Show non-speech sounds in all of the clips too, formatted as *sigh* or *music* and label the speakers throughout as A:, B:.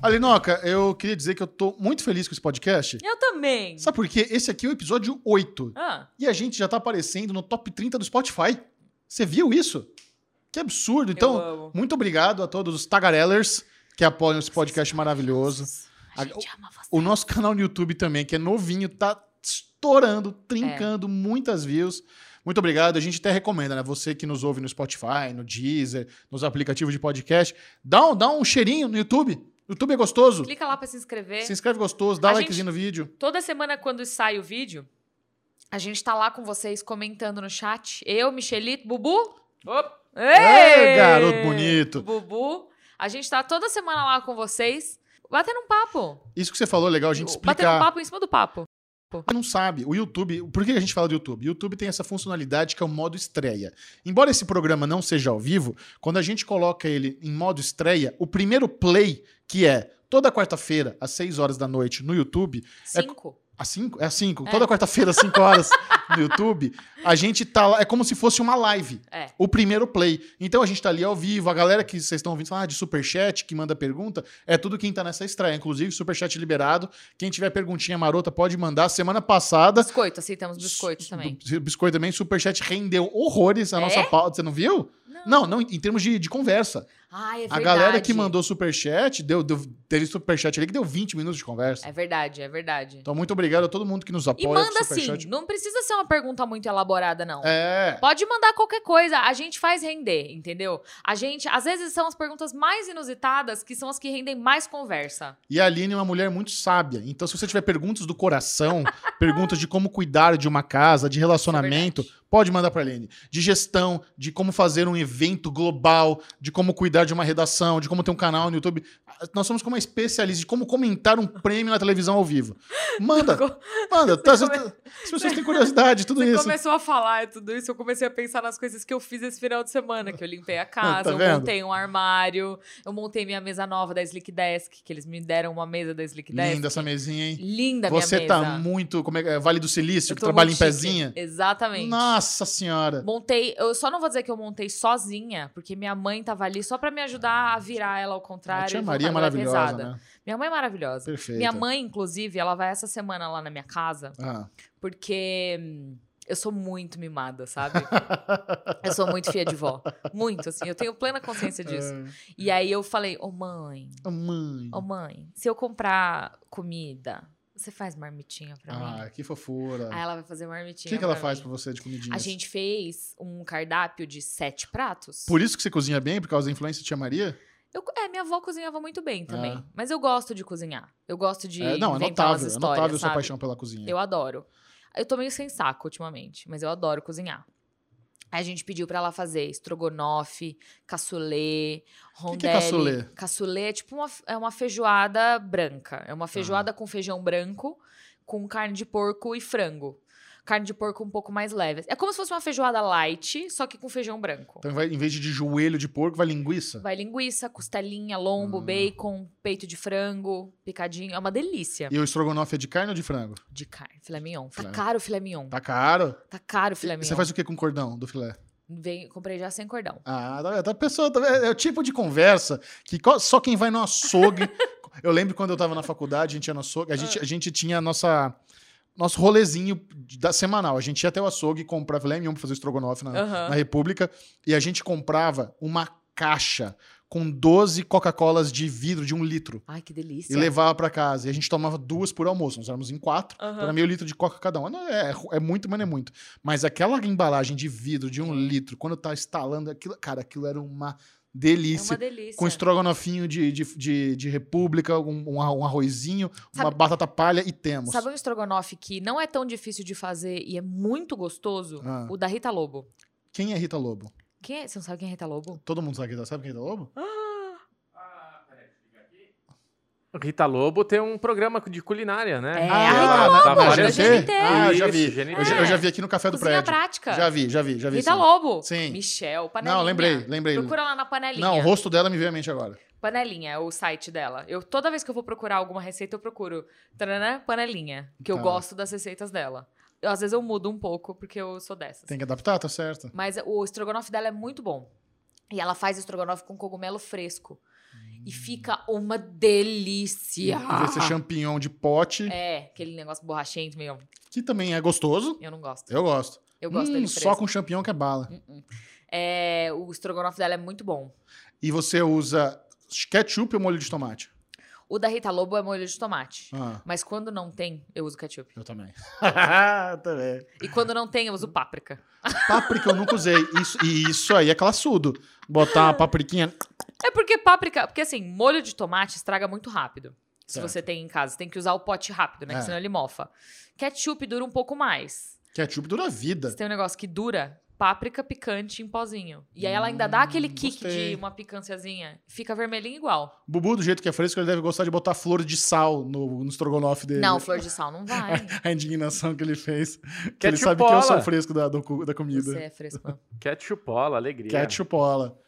A: Alinoca, eu queria dizer que eu tô muito feliz com esse podcast.
B: Eu também.
A: Sabe por quê? Esse aqui é o episódio 8.
B: Ah,
A: E a gente já tá aparecendo no top 30 do Spotify. Você viu isso? Que absurdo.
B: eu
A: Então,
B: amo.
A: muito obrigado a todos os tagarellers que apoiam esse podcast maravilhoso.
B: A gente ama você.
A: O nosso canal no YouTube também, que é novinho, tá estourando, trincando
B: É.
A: muitas views. Muito obrigado. A gente até recomenda, né? Você que nos ouve no Spotify, no Deezer, nos aplicativos de podcast, dá um, dá um cheirinho no YouTube. YouTube é gostoso.
B: Clica lá pra se inscrever.
A: Se inscreve gostoso, dá
B: A
A: likezinho no
B: gente-
A: vídeo.
B: Toda semana, quando sai o vídeo, a gente tá lá com vocês comentando no chat. Eu, Michelito, Bubu. Op.
A: Ê,
B: Ei!
A: É, garoto bonito.
B: Bubu. A gente tá toda semana lá com vocês, batendo um papo.
A: Isso que você falou é legal, a gente
B: Batendo um
A: explicar.
B: papo em cima do papo.
A: Não sabe, o YouTube. Por que a gente fala do YouTube? O YouTube tem essa funcionalidade que é o modo estreia. Embora esse programa não seja ao vivo, quando a gente coloca ele em modo estreia, o primeiro play, que é toda quarta-feira, às 6 horas da noite, no YouTube,
B: Cinco.
A: às 5? É às 5,
B: É.
A: toda quarta-feira, às 5 horas, no YouTube, a gente tá lá. É como se fosse uma live.
B: É.
A: O primeiro play. Então a gente tá ali ao vivo, a galera que vocês estão ouvindo falar de superchat, que manda pergunta, é tudo quem tá nessa estreia. Inclusive, superchat liberado. Quem tiver perguntinha marota pode mandar. Semana passada.
B: Biscoito, aceitamos biscoitos
A: su-
B: também.
A: do- Biscoito também, superchat rendeu horrores a
B: É?
A: nossa pauta. Você não viu? Não, não, em termos de, de conversa.
B: Ai, é
A: a
B: verdade.
A: galera que mandou superchat, deu, deu, teve superchat ali que deu 20 minutos de conversa.
B: É verdade, é verdade.
A: Então, muito obrigado a todo mundo que nos
B: E
A: apoia. com
B: manda
A: superchat.
B: assim, não precisa ser uma pergunta muito elaborada, não.
A: É.
B: Pode mandar qualquer coisa, a gente faz render, entendeu? A gente, às vezes, são as perguntas mais inusitadas que são as que rendem mais conversa.
A: E a Aline é uma mulher muito sábia. Então, se você tiver perguntas do
B: *laughs*
A: coração, perguntas de como cuidar de uma casa, de relacionamento,
B: Isso é
A: pode mandar pra Aline. De gestão, de como fazer um evento global, de como cuidar de uma redação, de como ter um canal no YouTube. Nós somos como uma especialista de como comentar um prêmio na televisão ao vivo. Manda,
B: Co-
A: manda. Tá,
B: Você come-
A: As pessoas têm curiosidade, tudo
B: Você
A: isso.
B: começou a falar tudo isso, eu comecei a pensar nas coisas que eu fiz esse final de semana, que eu
A: *laughs*
B: limpei a casa,
A: Tá
B: eu
A: vendo?
B: montei um armário, eu montei minha mesa nova da Slick Desk, que eles me deram uma mesa da Slick Desk.
A: Linda essa mesinha, hein?
B: Linda minha
A: Você
B: mesa.
A: tá muito. Como é, que é? Vale do Silício,
B: Eu
A: que
B: tô
A: trabalha em
B: muito chique.
A: pezinha.
B: Exatamente.
A: Nossa senhora.
B: Montei, eu só não vou dizer que eu montei sozinha, porque minha mãe tava ali só pra me ajudar a virar ela ao contrário.
A: A tia
B: e um
A: Maria é
B: voltar- ela
A: maravilhosa,
B: pesada.
A: né?
B: Minha mãe é maravilhosa.
A: Perfeita.
B: Minha mãe, inclusive, ela vai essa semana lá na minha casa,
A: Ah.
B: porque hum, eu sou muito
A: *laughs*
B: mimada, sabe? eu sou muito fia de vó. Muito, assim, eu tenho plena consciência disso.
A: É.
B: E aí eu falei, ô mãe,
A: Ah, mãe.
B: ô mãe, se eu comprar comida, você faz marmitinha pra mim?
A: Ah, que fofura.
B: Aí ela vai fazer
A: O
B: marmitinha.
A: que, que ela
B: pra
A: faz
B: mim.
A: pra você de comidinha?
B: A gente fez um cardápio de sete pratos.
A: Por isso que você cozinha bem, por causa da influência da tia Maria?
B: Eu- é, minha avó cozinhava muito bem também.
A: Ah.
B: Mas eu gosto de cozinhar. Eu gosto de
A: É, não, é
B: inventar umas
A: notável. É
B: histórias,
A: notável a sua
B: sabe?
A: paixão pela cozinha.
B: Eu adoro. Eu tô meio sem saco ultimamente, mas eu adoro cozinhar. Aí a gente pediu pra ela fazer estrogonofe,
A: que
B: cassoulet,
A: é
B: rondelli.
A: cassoulet?
B: Cassoulet é tipo uma, é uma feijoada branca. É uma
A: Ah.
B: feijoada com feijão branco, com carne de porco e frango. Carne de porco um pouco mais leve. É como se fosse uma feijoada light, só que com feijão branco.
A: Então, vai, em vez de joelho de porco, vai linguiça.
B: Vai linguiça, costelinha, lombo,
A: Hum.
B: bacon, peito de frango, picadinho. É uma delícia.
A: E o estrogonofe é de carne ou de frango?
B: De carne, filé mignon. Tá
A: Filé.
B: caro o filé mignon.
A: Tá caro.
B: Tá caro o filé
A: Né? E Você
B: mignon.
A: faz o que com o cordão do filé?
B: Vem, comprei já sem cordão.
A: Ah, tá vendo? Tá, pessoa, tá vendo? É o tipo de conversa que co- só quem vai no açougue. *laughs* eu lembro quando eu tava na faculdade, a gente ia no açougue, a gente, a gente tinha a nossa. Nosso rolezinho da semanal. A gente ia até o açougue comprar filé mignon pra fazer estrogonofe na,
B: Aham.
A: na República. E a gente comprava uma caixa com 12 Coca-Colas de vidro de um litro.
B: Ai, que
A: E
B: delícia.
A: levava pra casa. E a gente tomava duas por almoço. Nós éramos em quatro.
B: Aham.
A: Então era meio litro de coca cada um. Não, É, é muito, mas não é muito. Mas aquela embalagem de vidro de um litro, quando tá instalando aquilo, cara, aquilo era uma
B: É
A: delícia.
B: uma delícia.
A: Com estrogonofinho de, de, de, de república, um, um ar- um arrozinho, uma
B: Sabe-
A: batata palha e temos.
B: Sabe um estrogonofe que não é tão difícil de fazer e é muito gostoso?
A: Ah.
B: O da Rita Lobo.
A: Quem é Rita Lobo?
B: Quem é? Você não sabe quem é Rita Lobo?
A: Todo mundo sabe, quem é- sabe quem é Rita Lobo?
C: Rita Lobo tem um programa de culinária, né?
B: É, a Rita
C: Lobo,
B: da GNT.
A: tá, Ah, eu já vi.
C: Isso, GNT.
A: Eu, já, eu já vi aqui no Café do
B: Cozinha
A: Prédio.
B: prática.
A: Já vi, já vi, já vi.
B: Rita
A: sim.
B: Lobo.
A: Sim.
B: Michel, panelinha.
A: Não, lembrei, lembrei.
B: Procura lá na panelinha.
A: Não, o rosto dela me veio à mente agora.
B: Panelinha é o site dela. Eu, toda vez que eu vou procurar alguma receita, eu procuro taranã, panelinha, que eu
A: Tá.
B: gosto das receitas dela. Eu, às vezes eu mudo um pouco, porque eu sou dessas.
A: Tem que adaptar, tá certo.
B: Mas o estrogonofe dela é muito bom. E ela faz estrogonofe com cogumelo fresco. E fica uma delícia.
A: Em vez de ser é champignon de pote,
B: É, aquele negócio borrachento meio.
A: que também é gostoso.
B: Eu não gosto.
A: Eu gosto.
B: Eu gosto
A: Hum,
B: dele
A: só
B: fresco. Hum.
A: com champignon que é bala.
B: É, o estrogonofe dela é muito bom.
A: E você usa ketchup ou molho de tomate?
B: O da Rita Lobo é molho de tomate.
A: Ah,
B: Mas quando não tem, eu uso ketchup.
A: eu também. eu também.
B: E quando não tem, eu uso páprica.
A: *laughs* Páprica eu nunca usei. Isso, e isso aí é classudo. Botar
B: *laughs*
A: uma papriquinha.
B: É porque páprica. Porque assim, molho de tomate estraga muito rápido. Se
A: Certo.
B: você tem em casa. Tem que usar o pote rápido, né?
A: É.
B: Que senão ele mofa. Ketchup dura um pouco mais.
A: Ketchup dura a vida.
B: Você tem um negócio que dura. Páprica picante em pozinho. E aí ela ainda
A: Hum,
B: dá aquele kick
A: gostei.
B: de uma picânciazinha. Fica vermelhinho igual.
A: Bubu, do jeito que é fresco, ele deve gostar de botar flor de sal no, no estrogonofe dele.
B: Não, flor de sal não vai.
A: *laughs* A indignação que ele fez. Que ele
C: Ketchupola.
A: sabe que eu sou fresco da, do cu- da
B: Você
A: comida.
B: é fresco.
C: Ketchupola, alegria.
A: Ketchupola.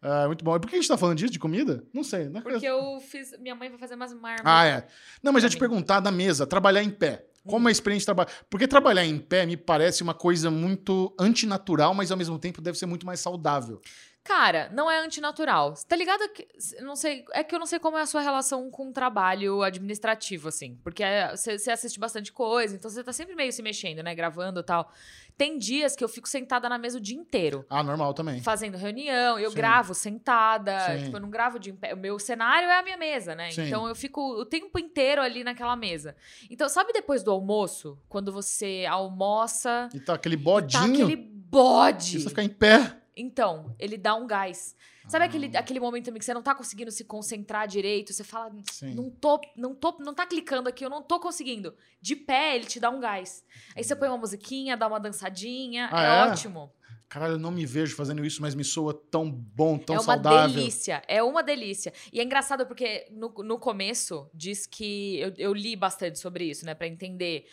A: Ah, muito bom. E por que a gente tá falando disso, de comida? Não sei. né? Não
B: Porque eu fiz. Minha mãe vai fazer umas marmitas.
A: Ah, é. Não, mas já te
B: Pra mim.
A: perguntar da mesa, trabalhar em pé. Como
B: Hum.
A: é a experiência de trabalho? Porque trabalhar em pé me parece uma coisa muito antinatural, mas ao mesmo tempo deve ser muito mais saudável.
B: Cara, não é antinatural. Você Tá ligado? Que, eu não sei, é que eu não sei como é a sua relação com o trabalho administrativo, assim. Porque é- você você assiste bastante coisa, então você tá sempre meio se mexendo, né? Gravando e tal. Tem dias que eu fico sentada na mesa o dia inteiro.
A: Ah, normal também.
B: Fazendo reunião, eu
A: Sim.
B: gravo sentada,
A: Sim.
B: tipo, eu não gravo de em pé. O meu cenário é a minha mesa, né?
A: Sim.
B: Então eu fico o tempo inteiro ali naquela mesa. Então, sabe depois do almoço, quando você almoça,
A: E tá aquele
B: e tá
A: bodinho.
B: aquele bode.
A: Precisa ficar em pé.
B: Então, ele dá um gás. Sabe
A: Ah.
B: aquele, aquele momento também que você não tá conseguindo se concentrar direito? Você fala,
A: Sim.
B: não tô, não tô, não tá clicando aqui, eu não tô conseguindo. De pé, ele te dá um gás. Aí você põe uma musiquinha, dá uma dançadinha,
A: Ah,
B: é,
A: é?
B: ótimo.
A: Caralho, eu não me vejo fazendo isso, mas me soa tão bom, tão
B: é uma
A: saudável.
B: delícia, é uma delícia. E é engraçado porque no, no começo diz que eu, eu li bastante sobre isso, né? Pra entender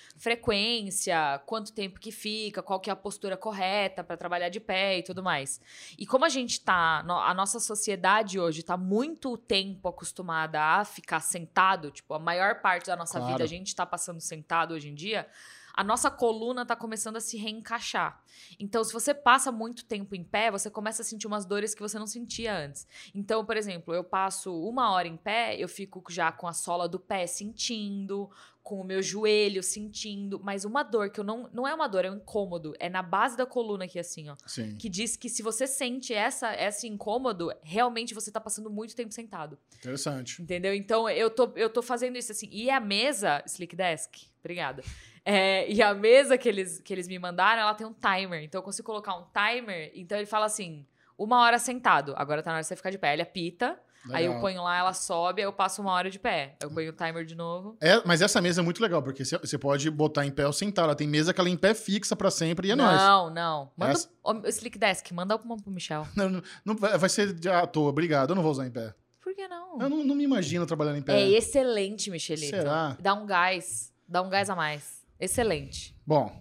B: frequência, quanto tempo que fica, qual que é a postura correta pra trabalhar de pé e tudo mais. E como a gente tá, no- a nossa sociedade hoje tá muito tempo acostumada a ficar sentado, tipo, a maior parte da nossa
A: Claro.
B: vida a gente tá passando sentado hoje em dia. A nossa coluna tá começando a se reencaixar. Então, se você passa muito tempo em pé, você começa a sentir umas dores que você não sentia antes. Então, por exemplo, eu passo uma hora em pé, eu fico já com a sola do pé sentindo, com o meu joelho sentindo, mas uma dor que eu não. Não é uma dor, é um incômodo. É na base da coluna aqui, assim, ó.
A: Sim,
B: Que diz que se você sente essa, esse incômodo, realmente você tá passando muito tempo sentado.
A: interessante.
B: Entendeu? Então, eu tô, eu tô fazendo isso assim. E a mesa, Slick Desk, obrigada. É, e a mesa que eles, que eles me mandaram, ela tem um timer. Então, eu consigo colocar um timer. Então, ele fala assim, uma hora sentado. Agora tá na hora de você ficar de pé. Ele apita. Aí eu
A: Legal.
B: ponho lá, ela sobe. Aí eu passo uma hora de pé. Eu ponho o timer de novo.
A: É, mas essa mesa é muito legal, porque você- você pode botar em pé ou sentar. Ela tem mesa que ela é em pé fixa pra sempre e é nóis.
B: não, não. Manda,
A: Essa-
B: Ô, Slick Desk, manda uma pro Michel.
A: Não, não- não vai vai ser de- à toa, obrigado. Eu não vou usar em pé.
B: Por que não?
A: Eu não, não me imagino trabalhando em pé.
B: É excelente, Michelito.
A: Será?
B: Dá um gás. Dá um gás a mais. Excelente.
A: Bom,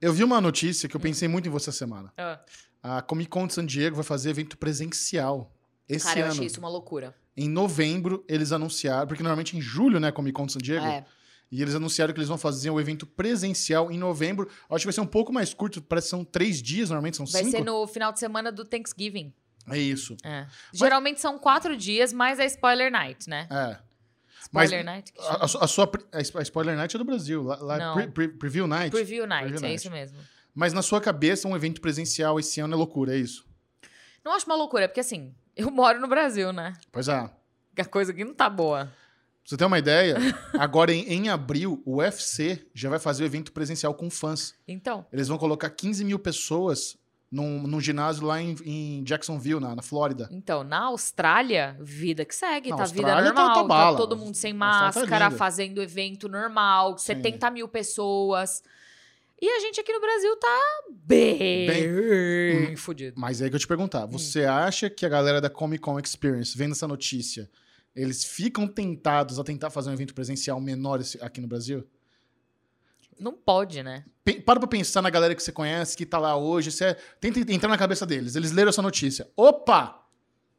A: eu vi uma notícia que eu pensei muito em você essa semana.
B: Ah.
A: A Comic Con de San Diego vai fazer evento presencial. Esse
B: Cara, eu
A: ano,
B: achei isso uma loucura.
A: em novembro, eles anunciaram, porque normalmente em julho, né, Comic Con de San Diego,
B: É.
A: e eles anunciaram que eles vão fazer um evento presencial em novembro. Acho que vai ser um pouco mais curto, parece que são três dias, normalmente são
B: Vai
A: cinco.
B: ser no final de semana do Thanksgiving.
A: É isso.
B: É. Geralmente são quatro dias, mas é spoiler night, né?
A: É. Mas-
B: Spoiler night? que
A: A, a su- a sua pre- a sp- a spoiler night é do Brasil, lá, lá é
B: Não.
A: pre- pre- preview night.
B: chama? Preview night,
A: Preview
B: é
A: night.
B: isso mesmo.
A: Mas na sua cabeça, um evento presencial esse ano é loucura, é isso?
B: Não acho uma loucura, porque assim, *laughs* eu moro no Brasil, né?
A: Pois é.
B: A coisa aqui não tá boa.
A: Pra você ter uma ideia, agora em, em abril, o UFC já vai fazer o evento presencial com fãs.
B: Então,
A: Eles vão colocar 15 mil pessoas num, num ginásio lá em, em Jacksonville, na, na Flórida.
B: então, na Austrália, vida que segue,
A: Na
B: tá vida
A: Austrália tá-
B: normal.
A: tá
B: Tá,
A: bala.
B: todo mundo sem
A: Austrália tá
B: máscara,
A: linda.
B: fazendo evento normal,
A: Sim.
B: 70 mil pessoas. E a gente aqui no Brasil tá bem, fudido.
A: Mas é aí que eu te perguntar, você acha que a galera da Comic Con Experience, vendo essa notícia, eles ficam tentados a tentar fazer um evento presencial menor esse- aqui no Brasil?
B: Não pode, né?
A: Pe- Para pra pensar na galera que você conhece, que tá lá hoje. Você Tenta entrar na cabeça deles. Eles leram essa notícia. Opa!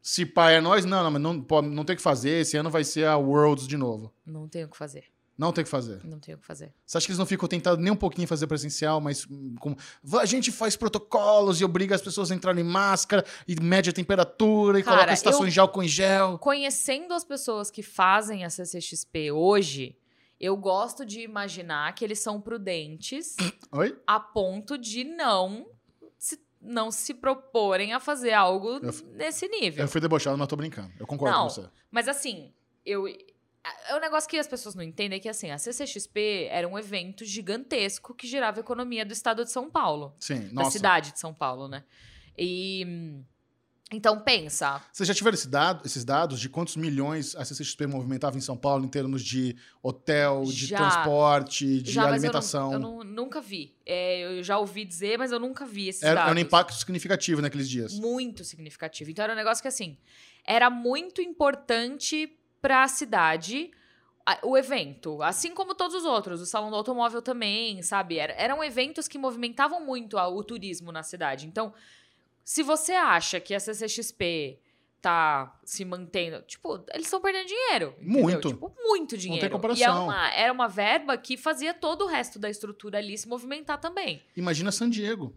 A: Se pá, é nós, não, não, mas não, pô, não tem o que fazer. Esse ano vai ser a Worlds de novo.
B: Não tem o que fazer.
A: Não tem o que fazer.
B: Não tenho o que fazer.
A: Você acha que eles não ficam tentados nem um pouquinho em fazer presencial, mas hum, com- Va- a gente faz protocolos e obriga as pessoas a entrarem em máscara e mede a temperatura e
B: Cara,
A: coloca estações
B: eu-
A: de álcool em gel.
B: Conhecendo as pessoas que fazem a CCXP hoje, eu gosto de imaginar que eles são prudentes *coughs*
A: Oi?
B: a ponto de não se, não se proporem a fazer algo
A: Eu f-
B: nesse nível.
A: Eu fui debochado, mas tô brincando. Eu concordo
B: Não.
A: com você.
B: Mas assim, eu. É um negócio que as pessoas não entendem, é que assim, a CCXP era um evento gigantesco que girava a economia do estado de São Paulo.
A: Sim,
B: Da
A: nossa.
B: cidade de São Paulo, né? E. hum, Então pensa.
A: Vocês já tiveram esse dado- esses dados de quantos milhões a CCXP movimentava em São Paulo em termos de hotel, de
B: Já.
A: transporte, de
B: mas eu não-
A: alimentação?
B: Eu, não- nunca vi. É, eu já ouvi dizer, mas eu nunca vi esses
A: Era,
B: dados.
A: era um impacto significativo naqueles dias.
B: muito significativo. Então era um negócio que assim, era muito importante para a cidade a- o evento, assim como todos os outros, o salão do automóvel também, sabe? Era- eram eventos que movimentavam muito a- o turismo na cidade. Então, se você acha que a CCXP tá se mantendo, tipo, eles estão perdendo dinheiro, entendeu?
A: Muito.
B: Tipo, muito dinheiro. E é
A: comparação.
B: uma, era uma verba que fazia todo o resto da estrutura ali se movimentar também.
A: Imagina San Diego.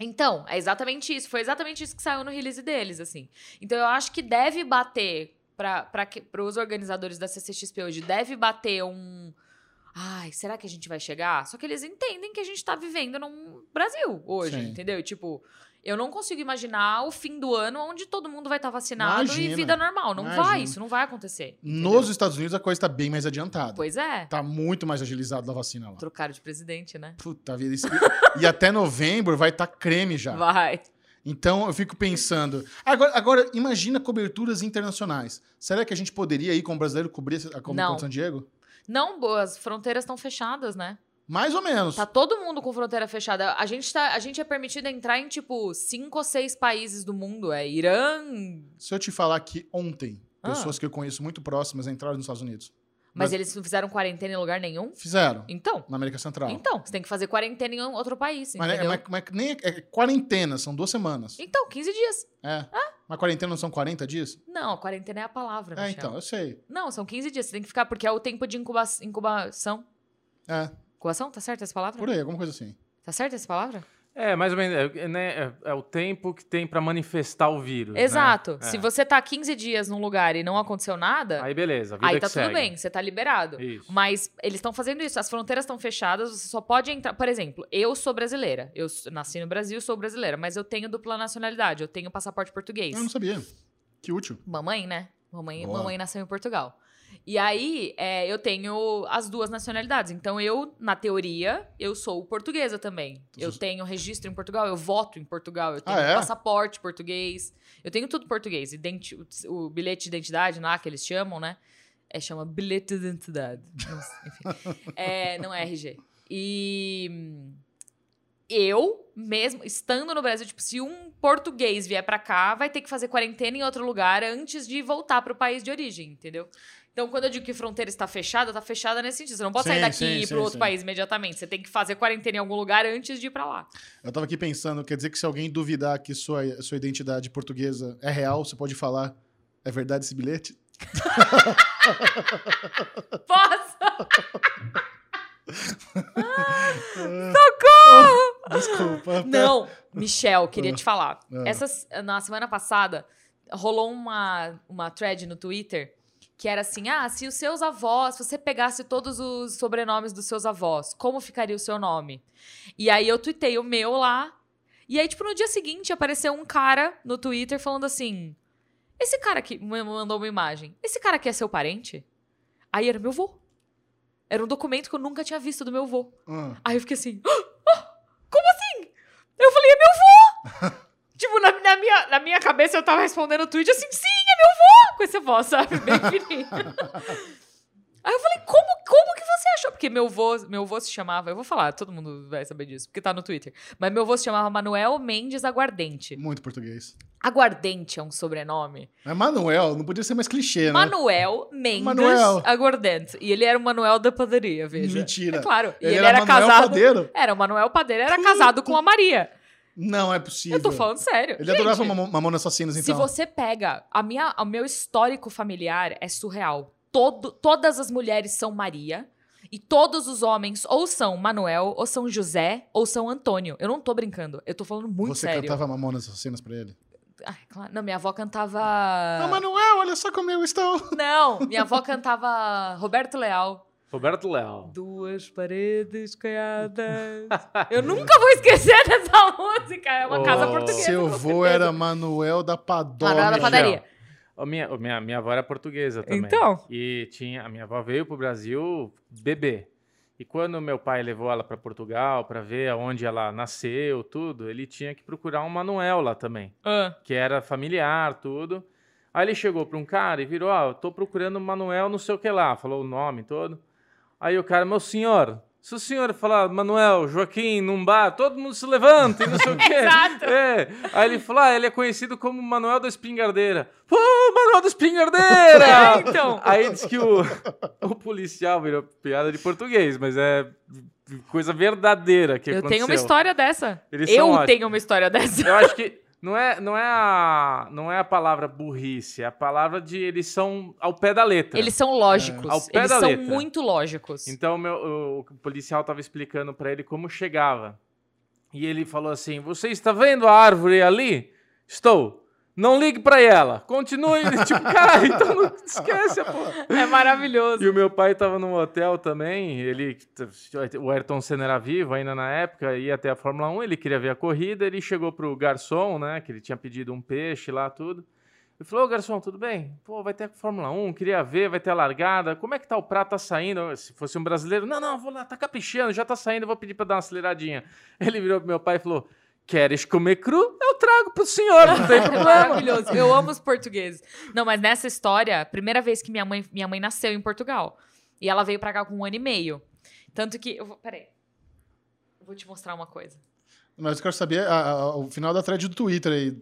B: Então, é exatamente isso. Foi exatamente isso que saiu no release deles, assim. Então, eu acho que deve bater para os organizadores da CCXP hoje, deve bater um. Ai, será que a gente vai chegar? Só que eles entendem que a gente tá vivendo num Brasil hoje,
A: Sim.
B: entendeu? E, tipo, eu não consigo imaginar o fim do ano onde todo mundo vai estar vacinado
A: Imagina.
B: e vida normal. Não vai,
A: Imagina.
B: isso não vai acontecer.
A: Nos Estados Unidos a coisa tá bem mais adiantada.
B: Pois é.
A: Tá muito mais agilizado da vacina lá.
B: Trocaram de presidente, né?
A: Puta vida. isso- e até novembro vai estar creme já.
B: Vai.
A: Então eu fico pensando. Agora, agora, imagina coberturas internacionais. Será que a gente poderia ir como brasileiro cobrir a Comic Con
B: Não.
A: de San Diego?
B: Não, boas, fronteiras estão fechadas, né?
A: Mais ou menos.
B: Tá todo mundo com fronteira fechada. A gente, tá, a gente é permitido entrar em, tipo, cinco ou seis países do mundo. É Irã.
A: Se eu te falar que ontem,
B: Ah.
A: pessoas que eu conheço muito próximas entraram nos Estados Unidos.
B: Mas,
A: Mas-
B: eles não fizeram quarentena em lugar nenhum?
A: Fizeram.
B: Então.
A: Na América Central.
B: Então, você tem que fazer quarentena em um outro país.
A: mas, é-
B: entendeu?
A: mas- mas nem é, é quarentena, são duas semanas.
B: Então, 15 dias.
A: É. Mas quarentena não são 40 dias?
B: Não, quarentena é a palavra.
A: É,
B: Michel.
A: então, eu sei.
B: Não, são 15 dias. Você tem que ficar, porque é o tempo de incuba- incubação.
A: É,
B: Incubação? Tá certa essa palavra?
A: por aí, alguma coisa assim.
B: Tá certa essa palavra?
C: É, mais ou menos. É, né, é- é o tempo que tem pra manifestar o vírus. né?
B: Exato.
C: É.
B: Se você tá 15 dias num lugar e não aconteceu nada,
C: Aí beleza, a vida
B: aí
C: que
B: tá tudo
C: segue.
B: bem, você tá liberado.
C: Isso.
B: Mas eles estão fazendo isso, as fronteiras estão fechadas, você só pode entrar. Por exemplo, eu sou brasileira. Eu s- nasci no Brasil, sou brasileira, mas eu tenho dupla nacionalidade, eu tenho passaporte português.
A: Eu não sabia. Que útil.
B: Mamãe, né? Mamãe,
A: Boa.
B: mamãe nasceu em Portugal. E aí, é, eu tenho as duas nacionalidades. Então, eu, na teoria, eu sou portuguesa também.
A: Tu
B: Eu
A: sos-
B: tenho registro em Portugal, eu voto em Portugal, eu tenho
A: Ah, é?
B: passaporte português, eu tenho tudo português. Identi- o- o bilhete de identidade lá, que eles chamam, né? É, chama bilhete de identidade. Nossa,
A: *laughs*
B: enfim. É, não é RG. E hum, eu, mesmo estando no Brasil, tipo, se um português vier pra cá, vai ter que fazer quarentena em outro lugar antes de voltar pro país de origem, entendeu? Então, quando eu digo que fronteira está fechada, tá fechada nesse sentido. Você não pode
A: Sim,
B: sair daqui
A: sim,
B: e ir
A: sim,
B: pro outro
A: sim.
B: país imediatamente. Você tem que fazer quarentena em algum lugar antes de ir pra lá. *laughs*
A: Eu tava aqui pensando, quer dizer que se alguém duvidar que sua, sua identidade portuguesa é real, você pode falar, é verdade esse
B: *gasps*
A: bilhete?
B: Posso?
A: Desculpa.
B: Não, Michel, queria
A: Ah,
B: te falar.
A: ah.
B: Essas, na semana passada, rolou uma, uma thread no Twitter que era assim: ah, se os seus avós, se você pegasse todos os sobrenomes dos seus avós, como ficaria o seu nome? E aí eu tuitei o meu lá. E aí, tipo, no dia seguinte apareceu um cara no Twitter falando assim: esse cara aqui me mandou uma imagem. Esse cara aqui é seu parente? Aí era meu avô. Era um documento que eu nunca tinha visto do meu avô.
A: Ah,
B: Aí eu fiquei assim, "Ah, como assim? Eu falei, é meu
A: *laughs*
B: avô! tipo, na, na minha, na minha cabeça eu tava respondendo o tweet assim, sim, é meu avô! Com essa voz, sabe? Bem
A: *laughs*
B: fininho. Aí eu falei, como, como que você achou? Porque meu avô, meu avô se chamava, eu vou falar, todo mundo vai saber disso, porque tá no Twitter. Mas meu avô se chamava Manuel Mendes Aguardente.
A: muito português.
B: Aguardente é um sobrenome.
A: É Manuel, não podia ser mais clichê, né?
B: Manuel Mendes
A: Manuel.
B: Aguardente. E ele era o Manuel da padaria, veja.
A: Mentira.
B: É claro. E
A: Ele
B: ele,
A: era
B: era,
A: Manuel
B: casado.
A: Padeiro?
B: Era, o Manuel Padeiro era casado com a Maria.
A: Não é possível.
B: Eu tô falando sério.
A: Ele
B: Gente,
A: adorava Mam- Mamona Assassinas,
B: Se
A: então.
B: você pega. A minha, o meu histórico familiar é surreal. Todo, todas as mulheres são Maria. E todos os homens ou são Manuel, ou são José, ou são Antônio. Eu não tô brincando, eu tô falando muito
A: Você
B: sério.
A: cantava Mamonas Assassinas pra ele?
B: Ah, é claro. Não, minha avó cantava.
A: Ah, Manuel, olha só como eu estou.
B: Não, minha avó cantava Roberto Leal.
C: Roberto Leal.
B: Duas paredes caiadas. Eu nunca vou esquecer *laughs* dessa música. É uma casa
C: Oh.
B: portuguesa.
A: *laughs* Seu
B: com
A: avô
B: certeza.
A: era Manuel da Padola.
B: Manuel da
A: Michel.
B: padaria.
C: A minha, a minha, minha avó era portuguesa também.
B: Então.
C: E tinha, a minha avó veio pro Brasil bebê. E quando meu pai levou ela para Portugal para ver onde ela nasceu, tudo, ele tinha que procurar um Manuel lá também,
B: Ah,
C: que era familiar, tudo. Aí ele chegou para um cara e virou: "Ó, eu tô procurando um Manuel, não sei o que lá", falou o nome todo. Aí o cara: "Meu senhor, se o senhor falar Manuel, Joaquim, num bar, todo mundo se levanta e não
B: *laughs*
C: sei o quê.
B: Exato.
C: É. Aí ele falou: ah, ele é conhecido como Manuel da Espingardeira. Pô, Manuel da Espingardeira!
B: *laughs* É, então.
C: Aí diz que o, *laughs* o policial virou piada de português, mas é coisa verdadeira que
B: eu
C: aconteceu.
B: tenho uma história dessa.
C: Eles
B: eu
C: são ótimos.
B: tenho uma história
C: *laughs*
B: dessa.
C: Eu acho que não é, não, é a, não é a palavra burrice, é a palavra de eles são ao pé da letra.
B: Eles são lógicos.
C: Ao pé
B: Eles
C: da
B: são
C: letra.
B: muito lógicos.
C: Então meu- o, o policial estava explicando para ele como chegava. E ele falou assim: Você está vendo a árvore ali? Estou. Não ligue para ela. Continue. *laughs* tipo, cara, então não esquece a porra.
B: É maravilhoso.
C: E o meu pai estava num hotel também. Ele, o Ayrton Senna era vivo ainda na época, ia até a Fórmula 1. Ele queria ver a corrida. Ele chegou pro garçom, né? Que ele tinha pedido um peixe lá, tudo. Ele falou, ô garçom, tudo bem? Pô, vai ter a Fórmula 1, queria ver, vai ter a largada. Como é que tá o prato? Tá saindo? Se fosse um brasileiro, não, não, vou lá, tá caprichando, já tá saindo, eu vou pedir pra dar uma aceleradinha. *laughs* Ele virou pro meu pai e falou, queres comer cru? Eu trago pro senhor, não tem *laughs*
B: É *laughs*
C: problema.
B: maravilhoso. Eu amo os portugueses. Não, mas nessa história, primeira vez que minha mãe, minha mãe nasceu em Portugal. E ela veio pra cá com um ano e meio. Tanto que. Eu vou, peraí. Eu vou te mostrar uma coisa.
A: Mas eu quero saber é a- a- o final da thread do Twitter aí.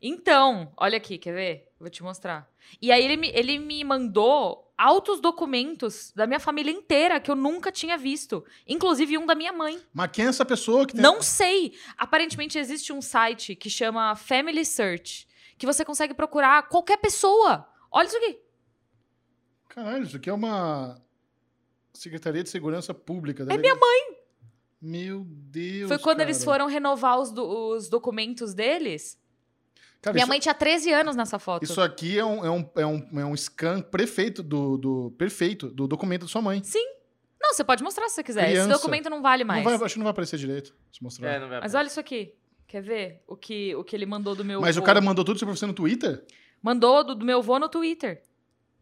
B: Então, olha aqui, quer ver? Vou te mostrar. E aí ele me, ele me mandou altos documentos da minha família inteira que eu nunca tinha visto. Inclusive um da minha mãe.
A: Mas quem é essa pessoa que tem...
B: Não sei. Aparentemente existe um site que chama Family Search, que você consegue procurar qualquer pessoa. Olha isso aqui.
A: Caralho, isso aqui é uma Secretaria de Segurança Pública. É minha mãe! Meu Deus,
B: Foi quando
A: cara.
B: eles foram renovar os, do- os documentos deles.
A: Cara,
B: Minha
A: isso,
B: mãe tinha 13 anos nessa foto.
A: isso aqui é um, é um, é um, é um scan prefeito do, do, perfeito do documento da sua mãe.
B: Não, você pode mostrar se você quiser.
A: Criança.
B: Esse documento não vale mais.
A: Não vai, acho que não vai aparecer direito, se mostrar.
C: É, não vai
B: Mas olha isso aqui. Quer ver o que, o que ele mandou do meu
A: Mas o
B: vô?
A: cara mandou tudo isso pra você no Twitter?
B: Mandou do, do meu avô no Twitter.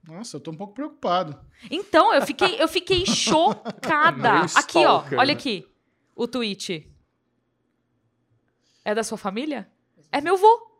A: Nossa, eu tô um pouco preocupado.
B: Então, eu fiquei, eu
C: *laughs*
B: fiquei chocada.
C: Meio
B: aqui, ó.
C: stalker, né?
B: Olha aqui. O tweet. É da sua família? É meu avô.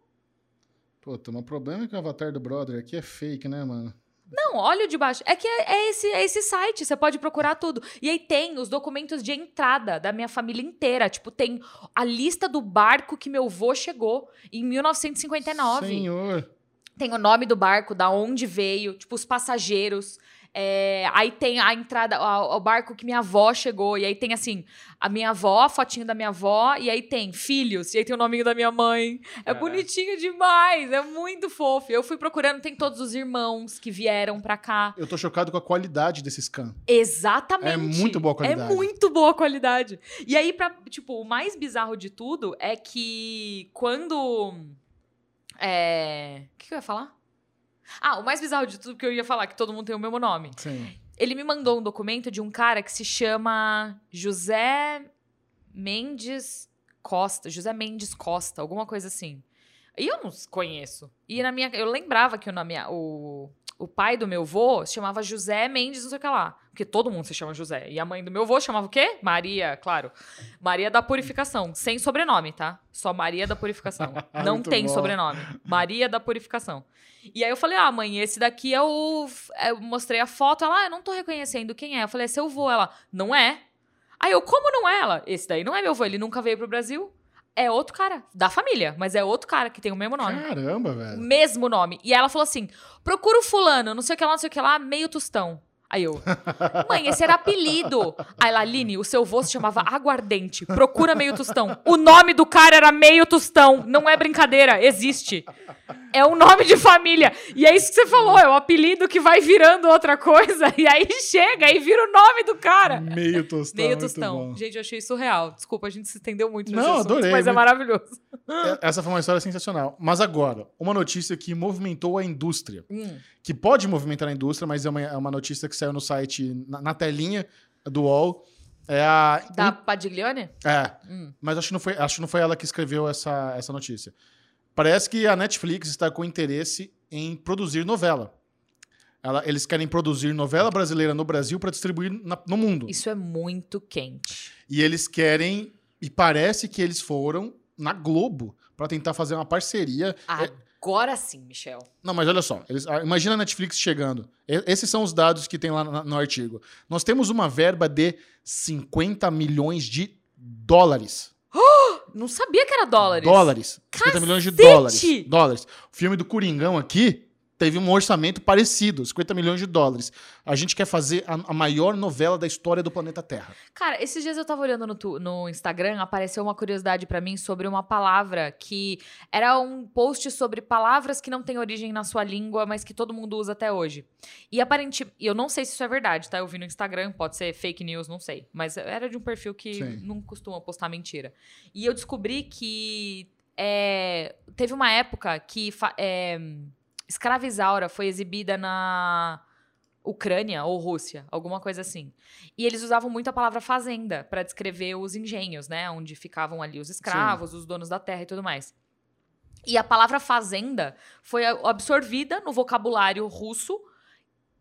A: Pô, tem um problema que o avatar do brother aqui é fake, né, mano?
B: Não, olha o de baixo. É que é, é esse, é esse site, você pode procurar tudo. E aí tem os documentos de entrada da minha família inteira. Tipo, tem a lista do barco que meu avô chegou em 1959.
A: Senhor.
B: Tem o nome do barco, da onde veio, tipo, os passageiros. É, aí tem a entrada, a- o barco que minha avó chegou. E aí tem, assim, a minha avó, a fotinho da minha avó. E aí tem filhos. E aí tem o nominho da minha mãe. É
C: Caraca.
B: bonitinho demais. É muito fofo. Eu fui procurando, tem todos os irmãos que vieram pra cá.
A: Eu tô chocado com a qualidade desse scan.
B: Exatamente.
A: É muito boa a qualidade.
B: É muito boa a qualidade. E aí, pra, tipo, o mais bizarro de tudo é que quando. É. O que, que eu ia falar? Ah, o mais bizarro de tudo que eu ia falar, que todo mundo tem o mesmo nome.
A: Sim.
B: Ele me mandou um documento de um cara que se chama José Mendes Costa. José Mendes Costa, alguma coisa assim. E eu não conheço. E na minha. Eu lembrava que o, nome, o, o pai do meu avô se chamava José Mendes, não sei o que lá. Porque todo mundo se chama José. E a mãe do meu avô chamava o quê? Maria, claro. Maria da Purificação. Sem sobrenome, tá? Só Maria
A: *laughs*
B: da Purificação. não
A: Ah, Muito
B: tem
A: bom.
B: sobrenome. Maria da Purificação. E aí eu falei, ah, mãe, esse daqui é o. é, Eu mostrei a foto. Ela, ah, eu não tô reconhecendo quem é. Eu falei, é seu avô. Ela, não é. Aí eu, como não é ela? Esse daí não é meu avô, ele nunca veio pro Brasil. É outro cara, da família, mas é outro cara que tem o mesmo nome.
A: Caramba, velho.
B: Mesmo nome. E ela falou assim: procura o fulano, não sei o que lá, não sei o que lá, meio tostão. Aí eu, mãe, esse era apelido. Aí ela, Aline, o seu vô se chamava Aguardente. Procura Meio Tostão. O nome do cara era Meio Tostão. Não é brincadeira, existe. É um nome de família. E é isso que você falou, é o apelido que vai virando outra coisa. *laughs* E aí chega e vira o nome do cara.
A: Meio tostão.
B: Meio
A: Tá muito
B: Tostão.
A: bom.
B: Gente, eu achei isso real. Desculpa, a gente se estendeu muito nesse
A: Não,
B: assunto,
A: adorei,
B: mas é
A: muito-
B: maravilhoso.
A: É, Essa foi uma história sensacional. Mas agora, uma notícia que movimentou a indústria.
B: Hum.
A: Que pode movimentar a indústria, mas é uma, é uma notícia que saiu no site, na, na telinha do UOL. É a.
B: Da Padiglione?
A: É.
B: Hum.
A: Mas acho que não foi, acho que não foi ela que escreveu essa, essa notícia. Parece que a Netflix está com interesse em produzir novela. Ela- eles querem produzir novela brasileira no Brasil para distribuir na- no mundo.
B: Isso é muito quente.
A: E eles querem. E parece que eles foram na Globo para tentar fazer uma parceria.
B: Agora sim, Michel.
A: Não, mas olha só. Eles, ah, imagina a Netflix chegando. E- esses são os dados que tem lá na- no artigo. Nós temos uma verba de 50 milhões de dólares.
B: Não sabia que era dólares.
A: Dólares. 50 milhões de
B: Cacete!
A: dólares. Dólares. O filme do Coringão aqui teve um orçamento parecido, 50 milhões de dólares. A gente quer fazer a, a maior novela da história do planeta Terra.
B: Cara, esses dias eu tava olhando no, tu- no Instagram, apareceu uma curiosidade pra mim sobre uma palavra que era um post sobre palavras que não têm origem na sua língua, mas que todo mundo usa até hoje. E aparentemente, eu não sei se isso é verdade, tá? Eu vi no Instagram, pode ser fake news, não sei. Mas era de um perfil que
A: Sim.
B: não costuma postar mentira. E eu descobri que é, teve uma época que fa- é, Escravizaura foi exibida na Ucrânia ou Rússia, alguma coisa assim. E eles usavam muito a palavra fazenda pra descrever os engenhos, né? Onde ficavam ali os escravos, os donos da terra e tudo mais. E a palavra fazenda foi a- absorvida no vocabulário russo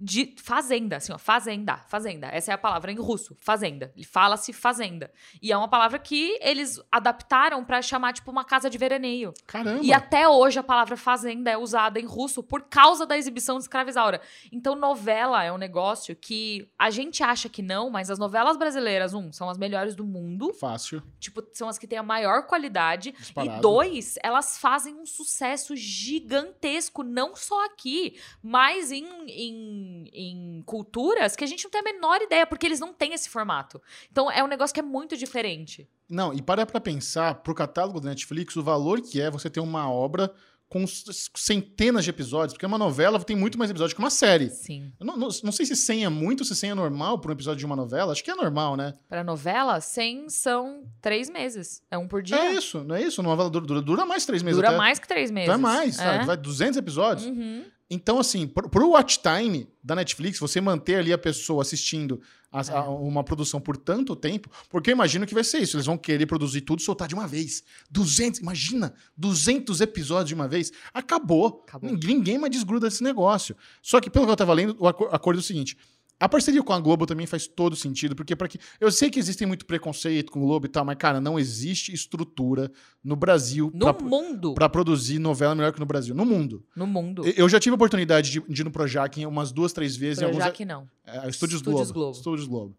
B: de fazenda, assim, ó, fazenda, fazenda. Essa é a palavra em russo, fazenda. Ele fala-se fazenda. E é uma palavra que eles adaptaram pra chamar tipo uma casa de veraneio.
A: Caramba!
B: E até hoje a palavra fazenda é usada em russo por causa da exibição de escravizaura. Então, novela é um negócio que a gente acha que não, mas as novelas brasileiras, um, são as melhores do mundo,
A: Fácil,
B: tipo, são as que têm a maior qualidade.
A: disparado.
B: E dois, elas fazem um sucesso gigantesco, não só aqui, mas em, em, em culturas que a gente não tem a menor ideia, porque eles não têm esse formato. Então é um negócio que é muito diferente.
A: Não, e para pra pensar, pro catálogo da Netflix, o valor que é você ter uma obra com s- centenas de episódios, porque uma novela tem muito mais episódios que uma série.
B: Sim.
A: Eu não, não- não sei se 100 é muito, se 100 é normal para um episódio de uma novela. Acho que é normal, né?
B: Para novela, 100 são três meses. É um por dia.
A: É isso, não é isso? Uma novela dura, dura- dura mais três meses
B: Dura
A: até.
B: mais que três meses.
A: Então é mais, sabe?
B: É.
A: Vai 200 episódios.
B: Uhum.
A: Então, assim, pro, pro watch time da Netflix, você manter ali a pessoa assistindo a-
B: É.
A: a- uma produção por tanto tempo, porque eu imagino que vai ser isso. Eles vão querer produzir tudo e soltar de uma vez. 200, imagina, 200 episódios de uma vez. Acabou.
B: Acabou.
A: Ninguém, ninguém mais desgruda desse negócio. Só que, pelo que eu tava lendo, o acor- acordo é o seguinte. A parceria com a Globo também faz todo sentido, porque para que eu sei que existem muito preconceito com o Globo e tal, mas cara, não existe estrutura no Brasil
B: No mundo.
A: para produzir novela melhor que no Brasil, no mundo.
B: No mundo.
A: Eu- Eu já tive a oportunidade de, de ir no Projac em umas duas, três vezes. em alguns,
B: Já que não.
A: é, Estúdios,
B: Estúdios
A: Globo,
B: Globo.
A: Estúdios Globo.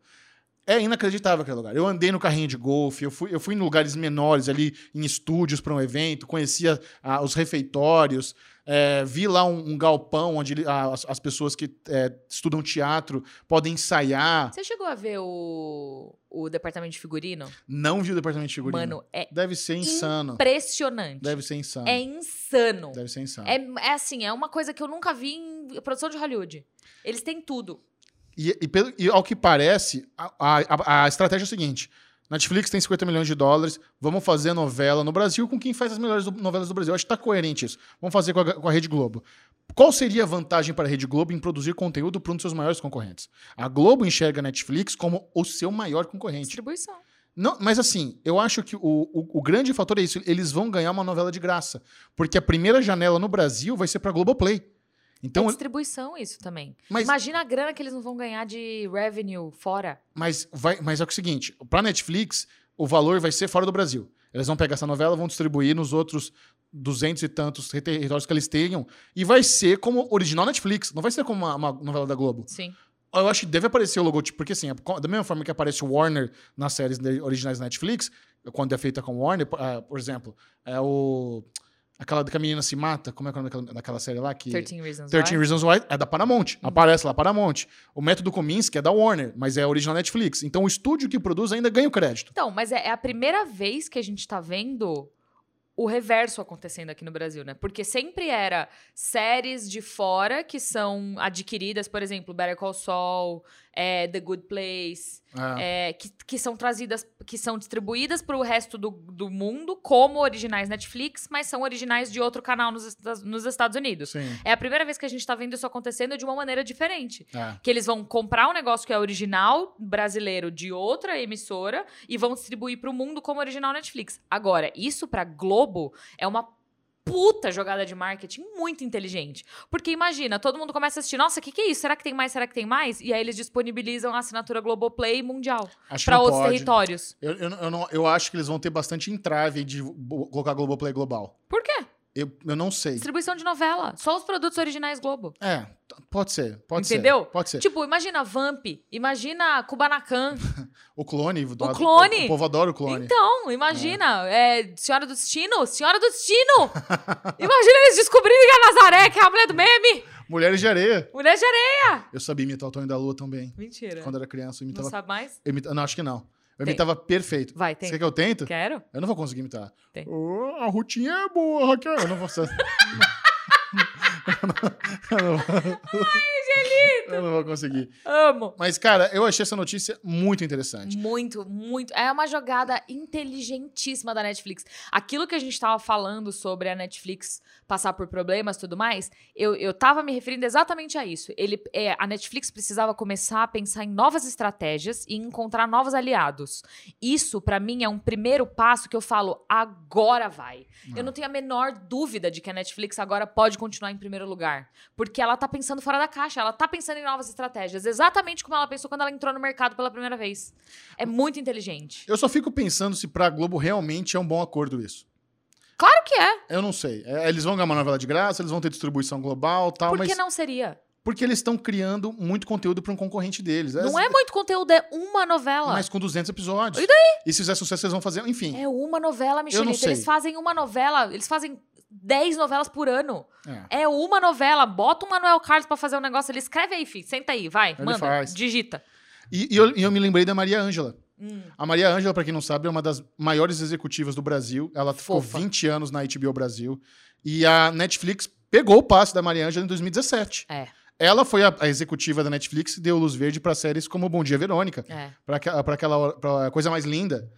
A: É inacreditável aquele lugar. Eu andei no carrinho de golfe, eu fui, eu fui em lugares menores ali, em estúdios para um evento, conhecia ah, os refeitórios, é, vi lá um, um galpão onde ele- ah, as, as pessoas que é, estudam teatro podem ensaiar.
B: Você chegou a ver o, o departamento de figurino?
A: Não vi o departamento de figurino.
B: Mano, é
A: Deve ser insano.
B: impressionante.
A: Deve ser insano.
B: É insano.
A: Deve ser insano.
B: É, é assim, é uma coisa que eu nunca vi em produção de Hollywood. Eles têm tudo.
A: E, e pelo- e ao que parece, a, a- a- a estratégia é a seguinte: Netflix tem 50 milhões de dólares, vamos fazer novela no Brasil com quem faz as melhores do- novelas do Brasil. Eu acho que tá coerente isso. Vamos fazer com a, com a Rede Globo. Qual seria a vantagem para a Rede Globo em produzir conteúdo para um dos seus maiores concorrentes? A Globo enxerga a Netflix como o seu maior concorrente.
B: Distribuição.
A: Não, mas assim, eu acho que o, o- o grande fator é isso. Eles vão ganhar uma novela de graça. Porque a primeira janela no Brasil vai ser para Globoplay.
B: é
A: Então,
B: distribuição isso também.
A: mas,
B: Imagina a grana que eles não vão ganhar de revenue fora.
A: Mas, vai, mas é o seguinte: pra Netflix, o valor vai ser fora do Brasil. Eles vão pegar essa novela, vão distribuir nos outros duzentos e tantos territórios que eles tenham. E vai ser como original Netflix. Não vai ser como uma, uma novela da Globo.
B: Sim.
A: Eu acho que deve aparecer o logotipo, porque assim, da mesma forma que aparece o Warner nas séries de- originais da Netflix, quando é feita com Warner, por- ah, por exemplo, é o. Aquela que a menina se mata, como é que é o nome daquela, daquela série lá? Que...
B: 13 Reasons
A: 13
B: Why.
A: Reasons Why é da Paramount. Aparece lá, Paramount. O método Kominsky é da Warner, mas é original Netflix. Então o estúdio que produz ainda ganha o crédito.
B: Então, mas é, é a primeira vez que a gente tá vendo o reverso acontecendo aqui no Brasil, né? Porque sempre era séries de fora que são adquiridas, por exemplo, Better Call Saul, é, The Good Place,
A: É.
B: é, que, que são trazidas, que são distribuídas para o resto do, do mundo como originais Netflix, mas são originais de outro canal nos, Estados- nos Estados Unidos.
A: Sim.
B: É a primeira vez que a gente tá vendo isso acontecendo de uma maneira diferente.
A: É.
B: Que eles vão comprar um negócio que é original brasileiro de outra emissora e vão distribuir pro mundo como original Netflix. Agora, isso pra Globo é uma puta jogada de marketing muito inteligente. Porque imagina, todo mundo começa a assistir, nossa, o que, que é isso? Será que tem mais? Será que tem mais? E aí eles disponibilizam a assinatura Globoplay mundial
A: Acho que
B: pra
A: não
B: outros
A: Tipo, pode.
B: territórios.
A: Eu, eu, não- eu não- eu acho que eles vão ter bastante entrave de bo- colocar Globoplay global.
B: Por quê?
A: Eu, eu não sei.
B: Distribuição de novela. Só os produtos originais Globo.
A: É, t- pode ser. Pode
B: Entendeu?
A: ser. Pode ser.
B: Tipo, imagina Vamp, imagina Kubanacan,
A: o clone. do-
B: O clone?
A: O, povo adora o clone.
B: Então, imagina, é, Senhora do Destino, Senhora do Destino! *laughs* imagina eles descobrindo que é a Nazaré, que é a mulher do meme,
A: Mulheres de areia.
B: mulher de areia.
A: Eu sabia imitar o Tony da Lua também.
B: Mentira,
A: Quando era criança, eu
B: É. não
A: imitava.
B: sabe mais?
A: eu imita- não, acho que não. Eu
B: Tem.
A: imitava perfeito.
B: Vai,
A: Você
B: tem.
A: quer que eu tento?
B: Quero?
A: Eu não vou conseguir imitar.
B: Tem.
A: Oh, a rotinha é boa, Raquel. Eu não vou. *laughs* eu não, eu não, Ai, Eu não vou conseguir.
B: Amo.
A: Mas, cara, eu achei essa notícia muito interessante.
B: Muito, muito. É uma jogada inteligentíssima da Netflix. Aquilo que a gente tava falando sobre a Netflix passar por problemas e tudo mais, eu, eu tava me referindo exatamente a isso. Ele, é, a Netflix precisava começar a pensar em novas estratégias e encontrar novos aliados. Isso, pra mim, é um primeiro passo que eu falo, agora vai.
A: É.
B: Eu não tenho a menor dúvida de que a Netflix agora pode continuar em primeiro lugar. Porque ela tá pensando fora da caixa, ela tá pensando em novas estratégias. Exatamente como ela pensou quando ela entrou no mercado pela primeira vez. É muito inteligente.
A: Eu só fico pensando se pra Globo realmente é um bom acordo isso.
B: Claro que é.
A: Eu não sei. É, eles vão ganhar uma novela de graça, eles vão ter distribuição global tal,
B: Por que
A: mas.
B: não seria?
A: Porque eles estão criando muito conteúdo pra um concorrente deles.
B: Não é muito conteúdo, é uma novela.
A: Mas com 200 episódios.
B: E
A: daí? E se fizer sucesso, eles vão fazer. Enfim.
B: É uma novela, Michelita.
A: sei.
B: Eles fazem uma novela, eles fazem 10 novelas por ano.
A: É.
B: É uma novela. Bota o Manuel Carlos pra fazer um negócio. Ele escreve aí, filho. Senta aí, vai.
A: Ele
B: manda.
A: faz.
B: Digita.
A: E, e eu, e eu me lembrei da Maria Ângela.
B: Hum.
A: A Maria Ângela, pra quem não sabe, é uma das maiores executivas do Brasil. Ela
B: Fofa.
A: ficou 20 anos na HBO Brasil. E a Netflix pegou o passe da Maria Ângela em 2017.
B: É.
A: Ela foi a, a executiva da Netflix e deu luz verde pra séries como Bom Dia Verônica,
B: É.
A: pra aqua- pra aquela hora- pra coisa mais linda.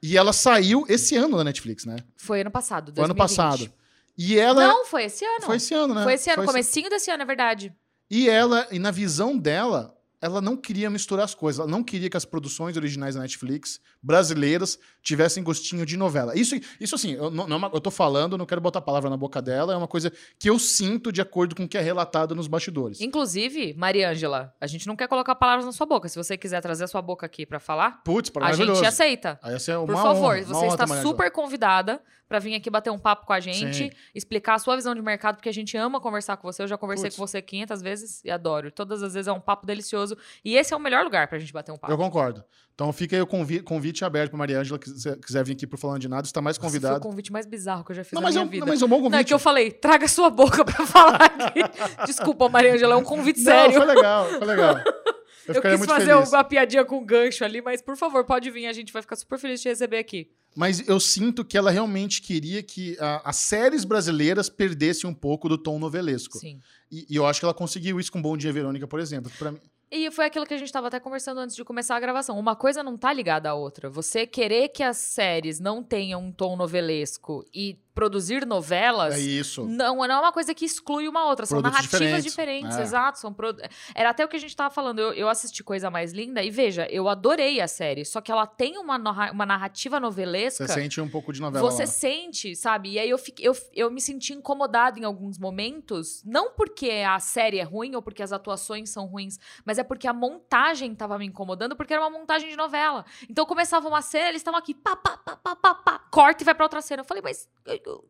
A: E ela saiu esse ano da Netflix, né?
B: Foi ano passado,
A: Foi ano
B: 2020.
A: passado. E ela
B: Não, foi esse ano.
A: foi esse ano, né?
B: Foi esse ano,
A: Foi
B: comecinho desse ano, é verdade.
A: E ela, e na visão dela, ela não queria misturar as coisas. Ela não queria que as produções originais da Netflix, brasileiras, tivessem gostinho de novela. Isso, isso assim, eu, não, não é uma- eu tô falando, não quero botar a palavra na boca dela, é uma coisa que eu sinto de acordo com o que é relatado nos bastidores.
B: Inclusive, Maria Ângela, a gente não quer colocar palavras na sua boca. Se você quiser trazer a sua boca aqui pra falar,
A: Putz,
B: a
A: maravilhoso.
B: gente aceita.
A: Aí essa é uma
B: Por favor,
A: honra, uma
B: você
A: honra
B: está
A: ter Maria Angela.
B: super convidada pra vir aqui bater um papo com a gente,
A: Sim.
B: explicar a sua visão de mercado, porque a gente ama conversar com você. Eu já conversei
A: Putz.
B: com você 500 vezes e adoro. Todas as vezes é um papo delicioso. E esse é o melhor lugar pra gente bater um papo.
A: Eu concordo. Então fica aí o convi- convite aberto pra Maria Ângela, que se quiser vir aqui pro Falando de Nada, está mais
B: Nossa, foi o
A: convidado.
B: convite mais bizarro que eu já fiz
A: Não,
B: na
A: mas, é
B: minha
A: um,
B: vida.
A: não, mas é um bom convite.
B: Não, é que eu falei, traga sua boca pra *laughs* falar aqui. Desculpa, Maria Ângela, é um convite
A: Não,
B: sério.
A: foi legal, foi
B: *laughs*
A: legal. Eu,
B: Eu,
A: ficaria
B: quis
A: muito
B: fazer
A: feliz.
B: uma piadinha com gancho ali, mas por favor, pode vir, a gente vai ficar super feliz de te receber aqui.
A: Mas eu sinto que ela realmente queria que a- as séries brasileiras perdessem um pouco do tom novelesco.
B: Sim.
A: E, e eu acho que ela conseguiu isso com Bom Dia Verônica, por exemplo. Pra mim,
B: E foi aquilo que a gente tava até conversando antes de começar a gravação. Uma coisa não tá ligada à outra. Você querer que as séries não tenham um tom novelesco e produzir novelas.
A: é isso.
B: Não, não é uma coisa que exclui uma outra, são
A: Produtos
B: narrativas
A: diferentes,
B: diferentes,
A: é.
B: exato. São pro- Era até o que a gente tava falando. Eu, eu assisti Coisa Mais Linda e veja, eu adorei a série. Só que ela tem uma, narra- uma narrativa novelesca.
A: Você sente um pouco de novela.
B: Você
A: lá.
B: sente, sabe? E aí eu, fiquei- eu, eu me senti incomodada em alguns momentos, não porque a série é ruim ou porque as atuações são ruins, mas é porque a montagem tava me incomodando, porque era uma montagem de novela. Então começava uma cena, eles estavam aqui, pá, pá, pá, pá, pá, pá, corta e vai pra outra cena. Eu falei, mas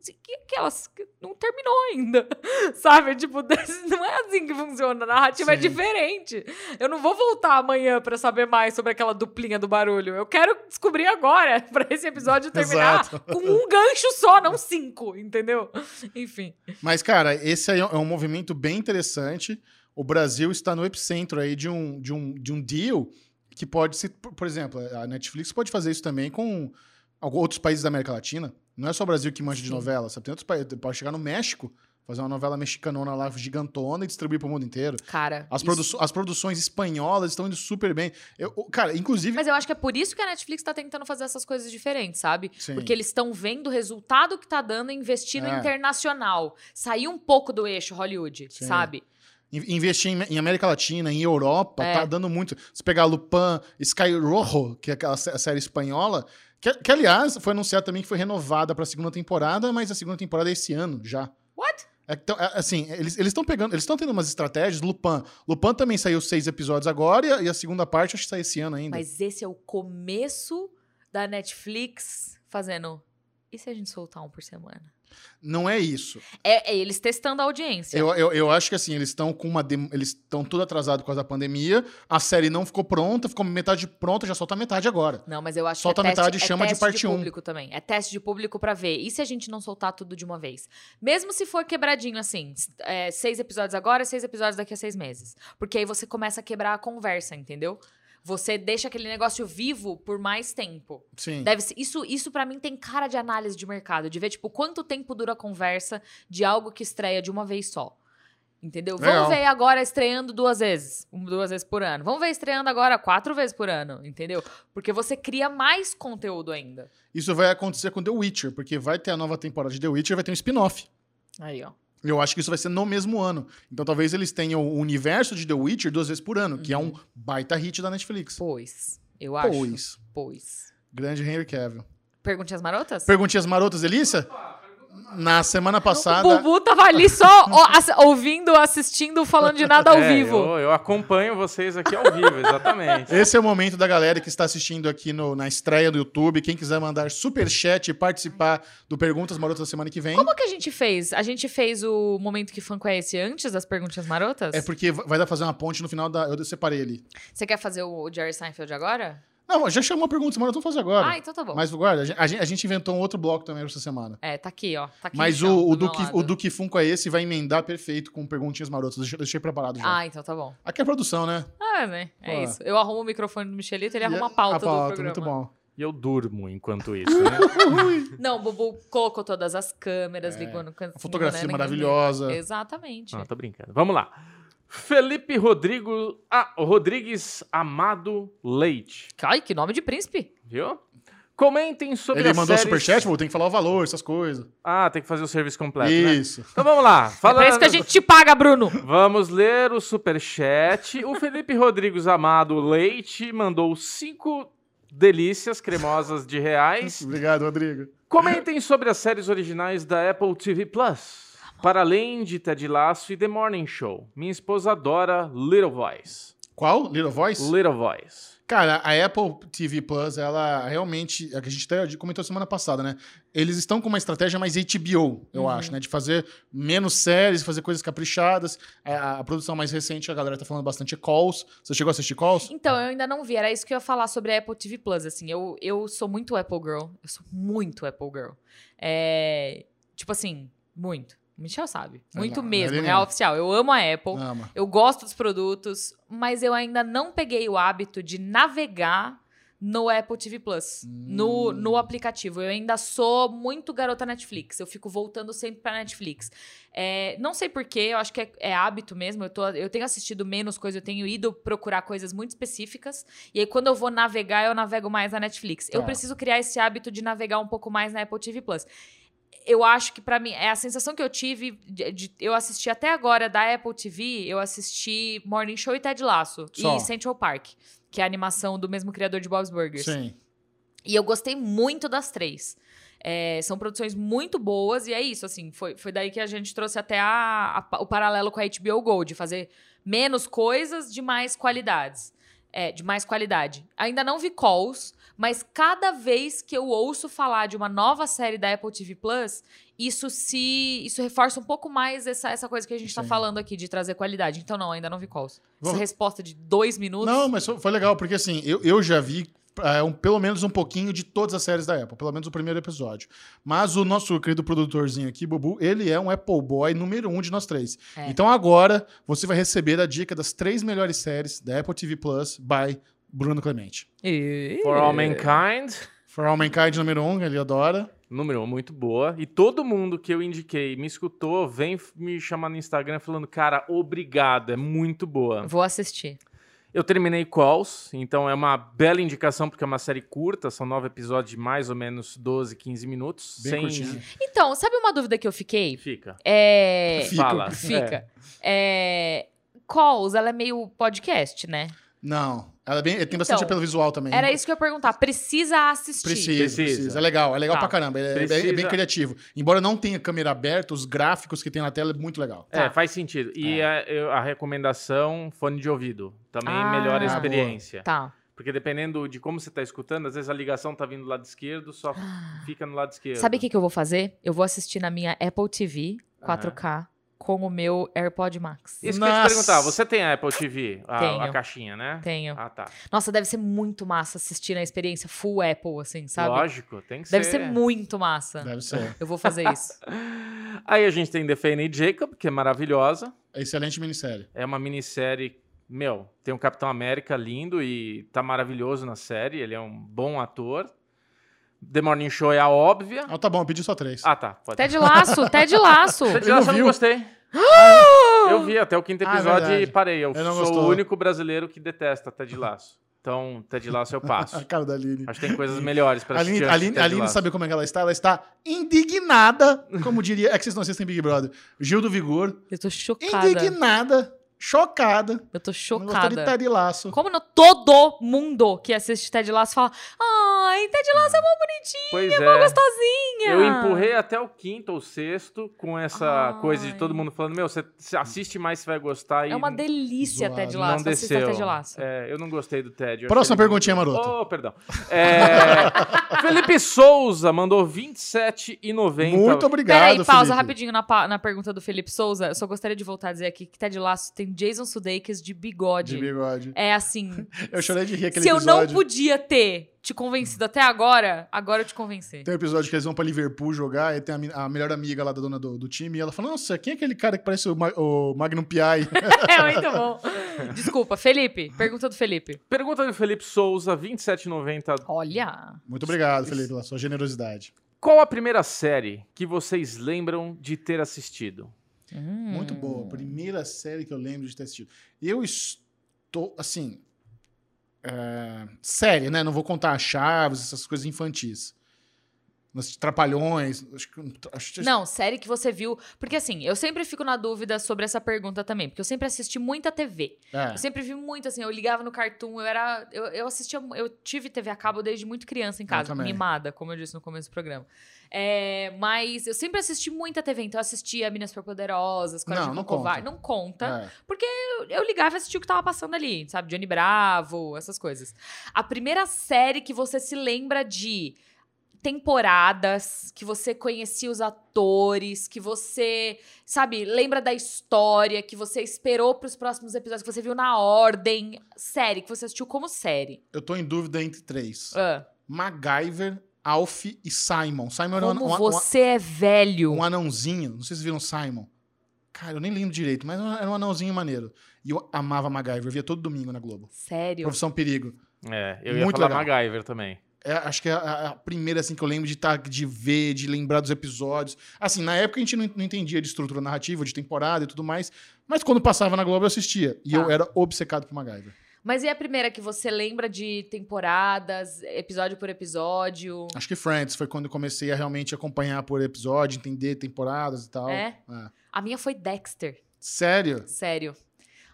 B: assim, que, que elas que não terminou ainda, *laughs* sabe? Tipo, *laughs* não é assim que funciona, a narrativa é
A: Sim.
B: diferente. Eu não vou voltar amanhã pra saber mais sobre aquela duplinha do barulho. Eu quero descobrir agora, *laughs* pra esse episódio terminar
A: Exato.
B: com um gancho só, não cinco, entendeu? Enfim.
A: Mas, cara, esse aí é um movimento bem interessante. O Brasil está no epicentro aí de um, de um, de um deal que pode ser, por por exemplo, a Netflix pode fazer isso também com algu- outros países da América Latina. Não é só o Brasil que manja de
B: Sim.
A: novela, sabe? Tem outros países. Pode chegar no México, fazer uma novela mexicanona lá gigantona e distribuir para o mundo inteiro.
B: Cara.
A: As,
B: isso-
A: produ- as produções espanholas estão indo super bem. Eu, o- cara, inclusive.
B: Mas eu acho que é por isso que a Netflix tá tentando fazer essas coisas diferentes, sabe?
A: Sim.
B: Porque eles estão vendo o resultado que tá dando e investindo
A: É.
B: internacional. Sair um pouco do eixo Hollywood,
A: Sim.
B: sabe?
A: In- Investir em, em América Latina, em Europa,
B: É.
A: tá dando muito. Se pegar Lupin, Sky Rojo, que é aquela sé- série espanhola, que, que, aliás foi anunciado também que foi renovada para a segunda temporada, mas a segunda temporada é esse ano já.
B: What?
A: É, que tão- é, assim, eles estão pegando, eles estão tendo umas estratégias. Lupin, Lupin também saiu seis episódios agora e a, e a segunda parte acho que sai esse ano ainda.
B: Mas esse é o começo da Netflix fazendo. E se a gente soltar um por semana?
A: Não é isso.
B: É, é eles testando a audiência.
A: Eu, eu, eu acho que assim, eles estão com uma. dem- Eles estão tudo atrasado por causa da pandemia. A série não ficou pronta, ficou metade pronta, já solta a metade agora.
B: Não, mas eu acho
A: Solta
B: que é
A: metade e
B: teste,
A: chama
B: é
A: de
B: teste
A: parte um.
B: público também. É teste de público pra ver. E se a gente não soltar tudo de uma vez? Mesmo se for quebradinho, assim, s- é, seis episódios agora, seis episódios daqui a seis meses. Porque aí você começa a quebrar a conversa, entendeu? Você deixa aquele negócio vivo por mais tempo.
A: Sim.
B: Deve ser, isso isso para mim tem cara de análise de mercado, de ver tipo quanto tempo dura a conversa de algo que estreia de uma vez só. Entendeu?
A: Legal.
B: Vamos ver agora estreando duas vezes, um- duas vezes por ano. Vamos ver estreando agora quatro vezes por ano, entendeu? Porque você cria mais conteúdo ainda.
A: Isso vai acontecer com The Witcher, porque vai ter a nova temporada de The Witcher e vai ter um spin-off.
B: Aí, ó.
A: Eu acho que isso vai ser no mesmo ano. Então talvez eles tenham o universo de The Witcher duas vezes por ano, que é um baita hit da Netflix.
B: Pois, eu acho. Pois.
A: Pois. Grande Henry Cavill.
B: Perguntinhas marotas?
A: Perguntinhas marotas, Elícia? Na semana
B: O
A: passada.
B: Bubu tava ali só ó, ass- ouvindo, assistindo, falando de nada tá ao
C: *laughs* É,
B: vivo.
C: Eu, eu acompanho vocês aqui ao vivo,
A: *laughs*
C: exatamente.
A: Esse é o momento da galera que está assistindo aqui no- na estreia do YouTube. Quem quiser mandar superchat e participar do Perguntas Marotas da semana que vem.
B: Como que a gente fez? A gente fez o momento que funk é esse antes das perguntinhas marotas?
A: É porque vai dar pra fazer uma ponte no final da. Eu separei ele.
B: Você quer fazer o Jerry Seinfeld agora?
A: Não, já chamou a pergunta semana, vamos fazer agora.
B: Ah, então tá bom.
A: Mas, guarda, a gen- a gen- a gente inventou um outro bloco também essa semana.
B: É, tá aqui, ó. Tá aqui
A: Mas
B: no chão,
A: o, o,
B: do né? meu
A: Duque,
B: lado.
A: o Duque Funko é esse, vai emendar perfeito com perguntinhas marotas. Deixa- Deixei preparado já.
B: Ah, então tá bom.
A: Aqui é produção, né?
B: Ah, né? É
A: Pô.
B: isso. Eu arrumo o microfone do Michelito, ele
A: E é
B: arruma a pauta, do programa. né?
A: muito bom.
C: E eu durmo enquanto
A: *laughs*
C: isso, né?
B: Não, o Bubu colocou todas as câmeras, ligou no canto.
A: É.
B: assim, né?
A: A fotografia maravilhosa. Ah.
B: Exatamente.
C: Não, tô brincando. Vamos lá. Felipe Rodrigo, ah, Rodrigues Amado Leite,
B: Ai, que nome de príncipe.
C: viu? Comentem sobre
A: Ele
C: as
A: mandou um
C: séries...
A: superchat, vou ter que falar o valor, essas coisas.
C: Ah, tem que fazer o serviço completo, né?
A: Isso.
C: Então vamos lá. Falando...
B: É pra isso que a gente te paga, Bruno.
C: Vamos ler o superchat. O Felipe Rodrigues Amado Leite mandou cinco delícias cremosas de reais.
A: Obrigado, Rodrigo.
C: Comentem sobre as séries originais da Apple TV Plus. Para além de Ted Lasso e The Morning Show, minha esposa adora Little Voice.
A: Qual? Little Voice?
C: Little Voice.
A: Cara, a Apple TV Plus, ela realmente. A que a gente até comentou semana passada, né? Eles estão com uma estratégia mais HBO, eu
B: Uhum.
A: acho, né? De fazer menos séries, fazer coisas caprichadas. É, A, a produção mais recente, a galera tá falando bastante é Calls. Você chegou a assistir Calls?
B: Então, eu ainda não vi. Era isso que eu ia falar sobre a Apple TV Plus. Assim, eu, eu sou muito Apple Girl. Eu sou muito Apple Girl. É, tipo assim, muito. O Michel sabe.
A: Ah,
B: Muito
A: não,
B: mesmo.
A: ele não.
B: Real oficial. Eu amo a Apple.
A: Ama.
B: Eu gosto dos produtos. Mas eu ainda não peguei o hábito de navegar no Apple TV Plus.
A: Hum.
B: No, no aplicativo. Eu ainda sou muito garota Netflix. Eu fico voltando sempre pra Netflix. É, não sei porquê, eu acho que é, é hábito mesmo. Eu, tô, eu tenho assistido menos coisas, eu tenho ido procurar coisas muito específicas. E aí, quando eu vou navegar, eu navego mais na Netflix. Eu
A: Tá.
B: preciso criar esse hábito de navegar um pouco mais na Apple TV Plus. Eu acho que pra mim, é a sensação que eu tive. de- de- eu assisti até agora da Apple TV, eu assisti Morning Show e Ted Lasso.
A: Só.
B: E Central Park, que é a animação do mesmo criador de Bob's Burgers.
A: Sim.
B: E eu gostei muito das três. É, são produções muito boas, e é isso, assim, foi, foi daí que a gente trouxe até a- a pa- o paralelo com a HBO Gold, de fazer menos coisas de mais qualidades. É, de mais qualidade. Ainda não vi calls, mas cada vez que eu ouço falar de uma nova série da Apple TV Plus, isso se. isso reforça um pouco mais essa, essa coisa que a gente está
A: Sim.
B: falando aqui de trazer qualidade. Então, não, ainda não vi calls. Essa
A: Vamos-
B: resposta de dois minutos.
A: Não, mas foi foi legal, porque assim, eu, eu já vi é, um- pelo menos um pouquinho de todas as séries da Apple, pelo menos o primeiro episódio. Mas o nosso querido produtorzinho aqui, Bubu, ele é um Apple Boy número um de nós três.
B: É.
A: Então agora você vai receber a dica das três melhores séries da Apple TV Plus by Bruno Clemente.
B: E-
C: For All Mankind,
A: For All Mankind número um, ele adora.
C: número um, muito boa. E todo mundo que eu indiquei me escutou, vem f- me chamar no Instagram falando, cara, obrigado, é muito boa.
B: Vou assistir.
C: Eu terminei Calls, então é uma bela indicação, porque é uma série curta, são nove episódios de mais ou menos 12, 15 minutos.
A: Bem
C: sem...
A: curtinho.
B: Então, sabe uma dúvida que eu fiquei?
C: Fica.
B: É.
A: Fica.
C: Fala. É.
B: Fica. É. Calls, ela é meio podcast, né?
A: Não, ela é bem- ele tem bastante
B: Então,
A: apelo visual também.
B: Era isso que eu ia perguntar. Precisa assistir.
A: Precisa,
C: Precisa.
A: precisa, É legal, é legal
B: Tá.
A: pra caramba. Ele é, é bem- é bem
C: Precisa.
A: criativo. Embora não tenha câmera aberta, os gráficos que tem na tela é muito legal.
B: Tá.
C: É, faz sentido. E a, eu- a recomendação, fone de ouvido. Também
B: Ah.
C: melhora a
A: Ah, boa.
C: experiência.
B: Tá.
C: Porque dependendo de como você tá escutando, às vezes a ligação tá vindo do lado esquerdo, só fica no lado esquerdo.
B: Ah. Sabe o que, que eu vou fazer? Eu vou assistir na minha Apple TV 4K com o meu AirPod Max.
C: Isso que eu ia te
A: Nossa.
C: perguntar, você tem a Apple TV? A, a
B: Tenho.
C: caixinha, né?
B: Tenho.
C: Ah, tá.
B: Nossa, deve ser muito massa assistir na experiência full Apple, assim, sabe?
C: Lógico, tem que é.
B: Deve
C: ser.
B: ser muito massa.
A: Deve ser.
B: Eu vou fazer isso.
C: *laughs* Aí a gente tem The Fane e Jacob, que é maravilhosa.
A: Excelente minissérie.
C: É uma minissérie. Meu, tem um Capitão América lindo e tá maravilhoso na série. Ele é um bom ator. The Morning Show é a óbvia.
A: Ah, tá bom, eu pedi só três.
C: Ah, tá. Pode
B: Ted Laço, Ted Laço.
C: Ted
A: Ele não
C: Lasso eu não
A: viu?
C: gostei.
B: *gasps*
C: eu vi até o quinto
A: Ah,
C: episódio e
A: verdade.
C: parei. Eu
A: Ele não
C: sou
A: gostou.
C: o único brasileiro que
A: *laughs*
C: detesta Ted Lasso. Então, Ted Lasso eu
A: A *laughs*
C: passo.
A: cara da Aline.
C: Acho que tem coisas melhores pra
A: A Aline,
C: assistir.
A: a
C: antes de
A: Aline,
C: Ted
A: a Aline
C: Lasso.
A: sabe como é que ela está? Ela está indignada, como diria. É que vocês não assistem Big Brother. Gil do Vigor.
B: Eu tô chocada.
A: Indignada, chocada.
B: Eu tô
A: Não gostou de
B: chocada.
A: Tari Laço.
B: Como no todo mundo que assiste Ted Laço fala: Ai, Ted Laço é mó bonitinha,
C: Pois é.
B: gostosinha.
C: Ah. Eu empurrei até o quinto ou sexto com essa
B: Ai.
C: coisa de todo mundo falando: Meu, você você assiste mais, você vai gostar. E
B: É uma delícia
A: Zoado.
B: Ted
C: não
B: Laço. Assista
C: desceu.
B: Ted Lasso.
C: É, eu não gostei do Ted. eu
A: Próxima
C: achei ele
A: perguntinha,
C: muito-
A: maroto.
C: Oh, perdão. É, *laughs* Felipe Souza mandou 27,90.
A: Muito obrigado.
B: Peraí, pausa
A: Felipe.
B: rapidinho na, pa- na pergunta do Felipe Souza. Eu só gostaria de voltar a dizer aqui que Ted Lasso tem Jason Sudeikis de bigode.
A: De bigode.
B: É assim,
A: Eu chorei de rir *laughs* aquele
B: se eu não
A: episódio.
B: podia ter te convencido até agora, agora eu
A: *laughs*
B: te convenci.
A: Tem um episódio que eles vão pra Liverpool jogar e tem a, mi- a melhor amiga lá da dona do, do time e ela fala: Nossa, quem é aquele cara que parece o, Ma- o Magnum P.I.?
B: É muito bom. Desculpa, Felipe. Pergunta do Felipe.
C: Pergunta do Felipe Souza, 27,90.
B: Olha.
A: *laughs* Muito obrigado, Felipe, pela sua generosidade.
C: Qual a primeira série que vocês lembram de ter assistido?
B: Hum.
A: Muito boa. Primeira série que eu lembro de ter assistido. Eu estou, assim. é, série, né? Não vou contar chaves, essas coisas infantis. Nos Trapalhões. Acho que, acho que-
B: Não, série que você viu. Porque assim, eu sempre fico na dúvida sobre essa pergunta também. Porque eu sempre assisti muita TV.
A: É.
B: Eu sempre vi muito, assim, eu ligava no Cartoon, eu era. Eu, eu assistia. Eu tive TV a cabo desde muito criança em casa,
A: também.
B: mimada, como eu disse no começo do programa. É, mas eu sempre assisti muita TV, então eu assistia Minas Superpoderosas,
A: Não,
B: Coragem
A: não
B: Covar.
A: conta.
B: Não conta.
A: É.
B: Eu, eu ligava e assistia o que tava passando ali, sabe? Johnny Bravo, essas coisas. A primeira série que você se lembra de temporadas, que você conhecia os atores, que você, sabe, lembra da história, que você esperou pros próximos episódios, que você viu na ordem. Série, que você assistiu como série.
A: Eu tô em dúvida entre três:
B: Ah,
A: MacGyver, Alf e Simon. Simon era um,
B: como
A: um-
B: você é velho.
A: um- um anãozinho. Não sei se vocês viram Simon. Cara, eu nem lembro direito, mas era um anãozinho maneiro. E eu amava MacGyver, eu via todo domingo na Globo.
B: Sério.
A: Profissão Perigo.
C: É, eu ia
A: Muito
C: falar
A: legal.
C: MacGyver também.
A: É, acho que é a, a primeira assim que eu lembro de tá, de ver, de lembrar dos episódios. Assim, na época a gente não, não entendia de estrutura narrativa, de temporada e tudo mais, mas quando passava na Globo eu assistia e
B: Tá.
A: eu era obcecado por MacGyver.
B: Mas e a primeira que você lembra de temporadas, episódio por episódio?
A: Acho que Friends foi quando eu comecei a realmente acompanhar por episódio, entender temporadas e tal.
B: É? A minha foi Dexter.
A: Sério?
B: Sério.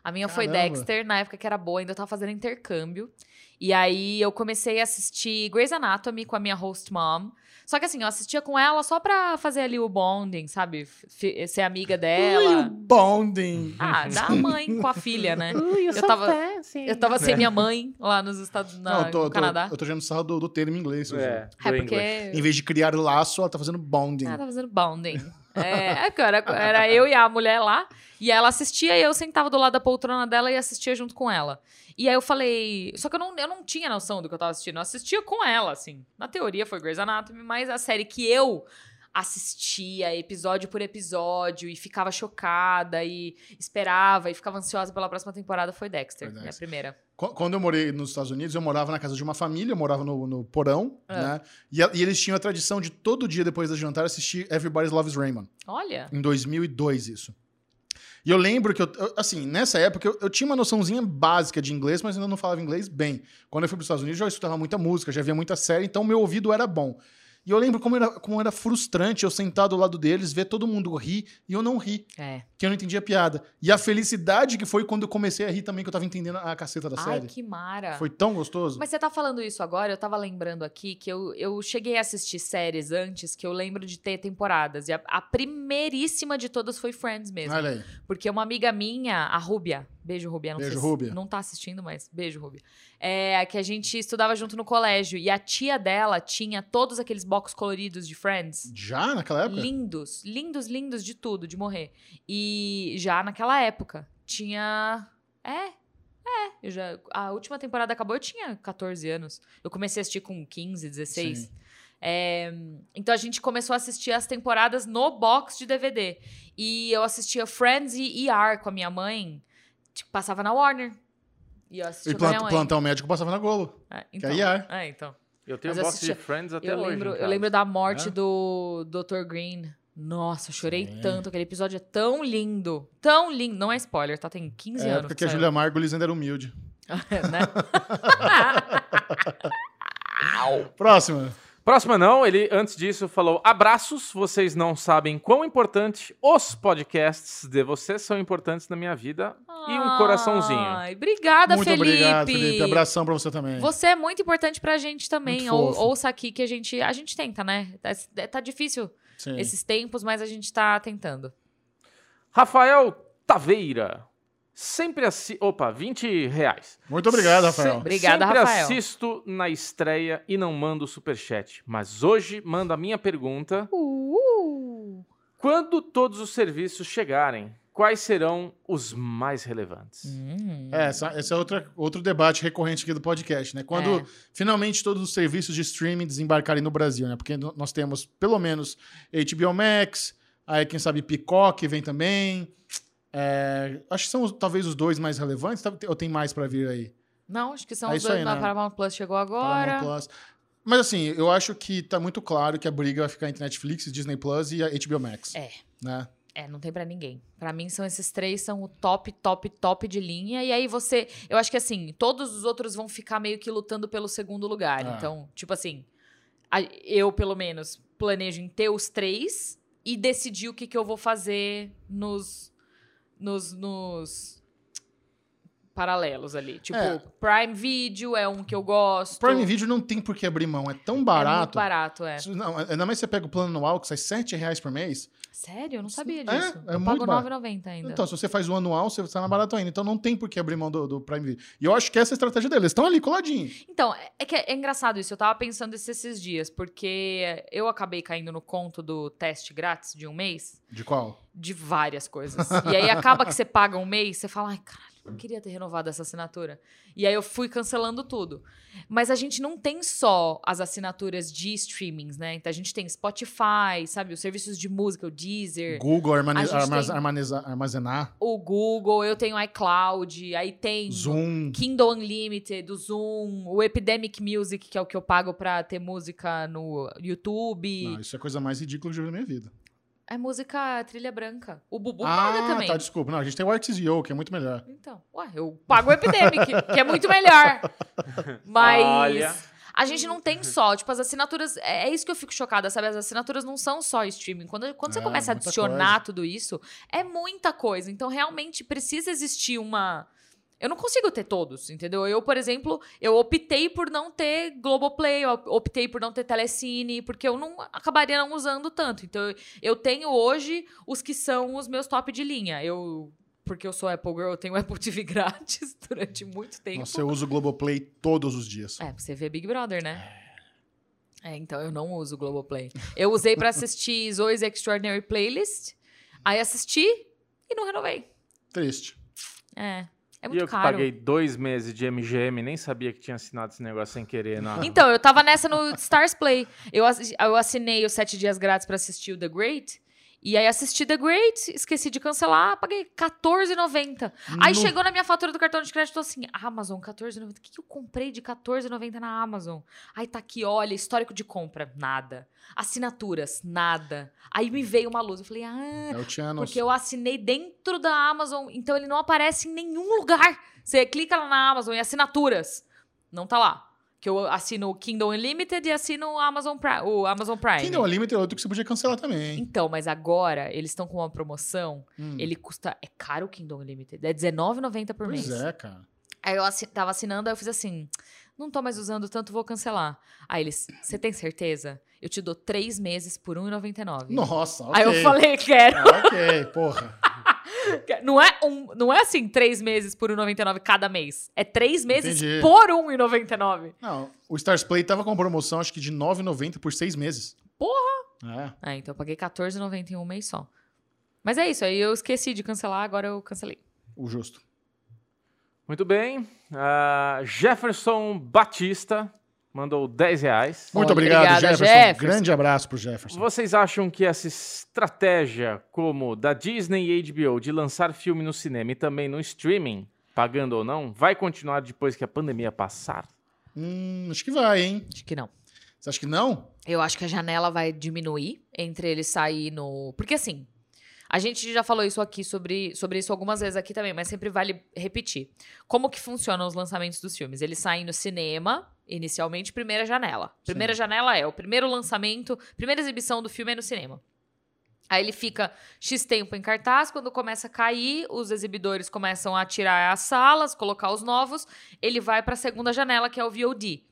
B: A minha foi
A: Caramba.
B: Dexter, na época que era boa, ainda eu tava fazendo intercâmbio. E aí eu comecei a assistir Grey's Anatomy com a minha host mom. Só que assim, eu assistia com ela só pra fazer ali o bonding, sabe? F- eh, ser amiga
A: Ui, o
B: dela.
A: bonding.
B: Ah, da mãe com a filha,
A: *laughs*
B: né? eu, tava, eu tava sem minha mãe lá nos Estados na,
A: É. Não, eu tô,
B: no
A: eu tô,
B: Canadá.
A: eu tô tirando sarro do, do termo em inglês. hoje.
C: É,
B: é
C: do
B: porque.
C: English.
A: Em vez de criar laço, ela tá fazendo bonding.
B: Ah, tá fazendo bonding. É, é que era, era eu e a mulher lá, e ela assistia, e eu sentava do lado da poltrona dela e assistia junto com ela. E aí eu falei. Só que eu não, eu não tinha noção do que eu tava assistindo, eu assistia com ela, assim. Na teoria foi Grey's Anatomy, mas a série que eu assistia episódio por episódio e ficava chocada e esperava e ficava ansiosa pela próxima temporada foi Dexter,
A: Foi
B: minha
A: Dexter.
B: primeira.
A: Qu- Quando eu morei nos Estados Unidos, eu morava na casa de uma família, eu morava no, no porão,
B: Ah.
A: né? E, a- e eles tinham a tradição de todo dia depois da jantar assistir Everybody Loves Raymond.
B: Olha.
A: Em 2002, isso. E eu lembro que, eu, eu- assim, nessa época eu, eu tinha uma noçãozinha básica de inglês, mas ainda não falava inglês bem. Quando eu fui para os Estados Unidos, eu já escutava muita música, já via muita série, então meu ouvido era bom. E eu lembro como era, como era frustrante eu sentar do lado deles, ver todo mundo rir e eu não ri,
B: É.
A: que eu não entendia a piada. E a felicidade que foi quando eu comecei a rir também, que eu tava entendendo a caceta da
B: Ai,
A: série.
B: que mara.
A: Foi tão gostoso.
B: Tá. Mas você tá falando isso agora, eu tava lembrando aqui que eu, eu cheguei a assistir séries antes que eu lembro de ter temporadas. E a, a primeiríssima de todas foi Friends mesmo.
A: Olha aí.
B: Porque uma amiga minha, a Rúbia, beijo Rúbia, não
A: Beijo,
B: sei se
A: Rúbia.
B: não tá assistindo, mas beijo Rúbia. É, que a gente estudava junto no colégio e a tia dela tinha todos aqueles box coloridos de Friends.
A: Já naquela época?
B: Lindos, lindos, lindos de tudo, de morrer. E já naquela época tinha. É, é. Eu já... A última temporada acabou, eu tinha 14 anos. Eu comecei a assistir com 15, 16.
A: Sim.
B: É, então a gente começou a assistir as temporadas no box de DVD. E eu assistia Friends e ER com a minha mãe. Tipo, passava na Warner. E eu
A: E
B: assistia com a
A: plant,
B: minha mãe.
A: plantão médico passava na Globo.
B: É,
A: que
B: então.
A: é ER.
B: É, então.
C: Eu tenho
B: Mas
C: um
B: eu
C: box de
B: assistia-
C: Friends Tá até
B: Eu
C: hoje.
B: lembro,
C: em
B: eu
C: casa.
B: lembro da morte
C: É?
B: do Dr. Green. Nossa, eu chorei
A: Sim.
B: tanto. Aquele episódio é tão lindo. Ttão lindo. Não é spoiler, tá? Tem 15
A: É a
B: anos.
A: época que a
B: saiu,
A: Julia Margulies ainda era humilde.
B: *laughs* né?
A: Próxima.
C: Próxima não, ele antes disso falou: abraços, vocês não sabem quão importante os podcasts de vocês são importantes na minha vida. *laughs* E um coraçãozinho.
B: Ai, obrigada,
A: muito
B: Felipe.
A: obrigado, Felipe. Abração pra você também.
B: Você é muito importante pra gente também.
A: Muito
B: Ou-
A: fofo.
B: ouça aqui que a gente, a gente tenta, né? Tá, tá difícil
A: Sim.
B: esses tempos, mas a gente tá tentando.
C: Rafael Taveira. Sempre assim. Opa, 20 reais.
A: Muito obrigado,
C: Se-
A: Rafael.
B: Obrigada,
C: Sempre
B: Rafael.
C: assisto na estreia e não mando superchat. Mas hoje mando a minha pergunta.
B: Uh!
C: Quando todos os serviços chegarem, quais serão os mais relevantes?
B: Hum.
A: É, essa- esse é outra, outro debate recorrente aqui do podcast, né? Quando
B: É.
A: finalmente todos os serviços de streaming desembarcarem no Brasil, né? Porque no- nós temos, pelo menos, HBO Max, aí quem sabe Peacock vem também. É, acho que são os- talvez os dois mais relevantes, tá? ou tem mais pra vir aí?
B: Não, acho que são
A: É
B: os
A: isso
B: dois.
A: aí,
B: mas A
A: né?
B: Paramount Plus chegou
A: Paramount
B: agora.
A: Plus. Mas assim, eu acho que tá muito claro que a briga vai ficar entre Netflix, Disney Plus e a HBO Max.
B: É.
A: Né?
B: É, não tem pra ninguém. Pra mim, são esses três, são o top, top, top de linha. E aí você. Eu acho que assim, todos os outros vão ficar meio que lutando pelo segundo lugar.
A: Ah.
B: Então, tipo assim, a- eu, pelo menos, planejo em ter os três e decidir o que, que eu vou fazer nos. nos. nos paralelos ali. Tipo,
A: É.
B: Prime Video é um que eu gosto.
A: Prime Video não tem por que abrir mão, é tão
B: É muito
A: barato.
B: barato, é.
A: Isso Não, ainda mais você pega o plano anual, que sai R$ 7 reais por mês.
B: Sério? Eu não sabia
A: É,
B: disso.
A: é
B: eu
A: muito
B: pago
A: barato.
B: R$9,90 ainda.
A: Então, se você faz o anual, você está na barato ainda. Então não tem por que abrir mão do, do Prime Video. E eu acho que essa é a estratégia deles. Eles estão ali coladinho.
B: Então, é- é que é engraçado isso. Eu tava pensando isso esses dias, porque eu acabei caindo no conto do teste grátis de um mês
A: De qual?
B: de várias coisas. E aí acaba que você paga um mês, você fala, ai, caralho, eu queria ter renovado essa assinatura. E aí eu fui cancelando tudo. Mas a gente não tem só as assinaturas de streamings, né? Então a gente tem Spotify, sabe? Os serviços de música, o Deezer.
A: Google armane-
B: É. A gente
A: armaz-
B: tem-
A: armaneza- armazenar,
B: O Google, eu tenho iCloud, aí tem
A: Zoom.
B: Kindle Unlimited, o Zoom, o Epidemic Music, que é o que eu pago pra ter música no YouTube.
A: Não, isso é a coisa mais ridícula que eu já vi na minha vida.
B: É música trilha branca. O Bubu paga
A: ah,
B: também.
A: tá, desculpa. Não, a gente tem o RTZO, que é muito melhor.
B: Então, ué, eu pago o Epidemic, que é muito melhor. Mas
C: Olha.
B: a gente não tem só, tipo, as assinaturas, é é isso que eu fico chocada, sabe? As assinaturas não são só streaming. Quando, quando você
A: É,
B: começa a
A: muita
B: adicionar
A: coisa.
B: tudo isso, é muita coisa. Então, realmente precisa existir uma Eu não consigo ter todos, entendeu? Eu, por exemplo, eu optei por não ter Globoplay, eu optei por não ter Telecine, porque eu não acabaria não usando tanto. Então, eu- eu tenho hoje os que são os meus top de linha. Eu, porque eu sou Apple Girl, eu tenho *laughs* Apple TV grátis durante muito tempo.
A: Nossa, eu uso o Globoplay todos os dias.
B: É, pra você ver Big Brother, né? É, então eu não uso o Globoplay. Eu usei pra assistir *laughs* Zoe's Extraordinary Playlist, aí assisti e não renovei.
A: Triste.
B: É, é
C: e
B: muito
C: eu que
B: caro.
C: paguei dois meses de MGM, nem sabia que tinha assinado esse negócio sem querer. Na...
B: Então, eu tava nessa no Stars Play. Eu, assi- eu assinei os sete dias grátis pra assistir o The Great. E aí assisti The Great, esqueci de cancelar, paguei R$14,90. Aí
A: No-
B: chegou na minha fatura do cartão de crédito assim, Amazon, R$14,90. O que, que eu comprei de R$14,90 na Amazon? Aí tá aqui, olha, histórico de compra, nada. Assinaturas, nada. Aí me veio uma luz, eu falei, ah,
A: Eu tinha noção.
B: porque eu assinei dentro da Amazon, então ele não aparece em nenhum lugar. Você clica lá na Amazon em assinaturas, não tá lá. Que eu assino o Kindle Unlimited e assino o Amazon Prime. O Amazon Prime.
A: Quem deu a limite é outro que você podia cancelar também.
B: Então, mas agora eles estão com uma promoção.
A: é. Hum.
B: Ele custa. É caro o Kindle Unlimited. É R$19,90 por
A: Pois
B: mês.
A: é, cara.
B: Aí eu assi- tava assinando, aí eu fiz assim: não tô mais usando tanto, vou cancelar. Aí eles, você tem certeza? Eu te dou três meses por R$1,99.
A: Nossa, ok.
B: Aí eu falei, quero.
A: Ah, ok, porra.
B: Não é, um, não é assim, três meses por 1,99 cada mês. É três meses
A: Entendi.
B: por 1,99.
A: Não, o Stars Play tava com promoção, acho que de 9,90 por seis meses. Porra! É.
B: Ah, então eu paguei 14,91 um mês só. Mas é isso, aí eu esqueci de cancelar, agora eu cancelei.
A: O justo.
C: Muito bem. Ah, Jefferson Batista mandou 10 reais.
A: Muito
B: Olha,
A: obrigado,
B: obrigada,
A: Jefferson.
B: Jefferson.
A: Grande abraço pro Jefferson.
C: Vocês acham que essa estratégia, como da Disney e HBO, de lançar filme no cinema e também no streaming, pagando ou não, vai continuar depois que a pandemia passar?
A: Hum, acho que vai, hein?
B: Acho que não.
A: Você acha que não?
B: Eu acho que a janela vai diminuir entre ele sair no. Porque assim, a gente já falou isso aqui sobre, sobre isso algumas vezes aqui também, mas sempre vale repetir. Como que funcionam os lançamentos dos filmes? Eles saem no cinema, inicialmente, primeira janela. Primeira
A: Sim.
B: janela é o primeiro lançamento, primeira exibição do filme é no cinema. Aí ele fica X tempo em cartaz, quando começa a cair, os exibidores começam a tirar as salas, colocar os novos, ele vai para a segunda janela, que é o VOD,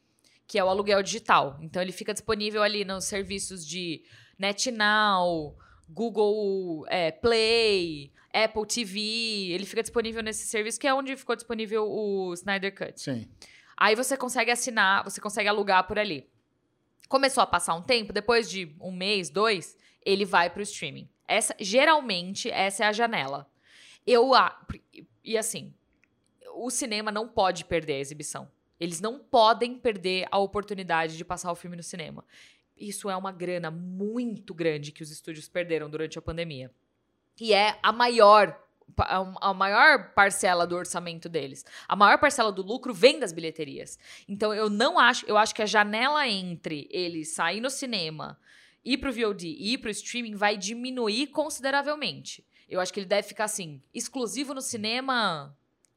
B: que é o aluguel digital. Então ele fica disponível ali nos serviços de NetNow, Google é, Play, Apple TV, ele fica disponível nesse serviço, que é onde ficou disponível o Snyder Cut.
A: Sim.
B: Aí você consegue assinar, você consegue alugar por ali. Começou a passar um tempo, depois de um mês, dois, ele vai pro streaming. Essa, geralmente, essa é a janela. Eu a e assim, o cinema não pode perder a exibição. Eles não podem perder a oportunidade de passar o filme no cinema. Isso é uma grana muito grande que os estúdios perderam durante a pandemia. E é a maior pa- a a maior parcela do orçamento deles. A maior parcela do lucro vem das bilheterias. Então eu não acho, eu acho que a janela entre ele sair no cinema, ir pro VOD e ir pro streaming vai diminuir consideravelmente. Eu acho que ele deve ficar assim, exclusivo no cinema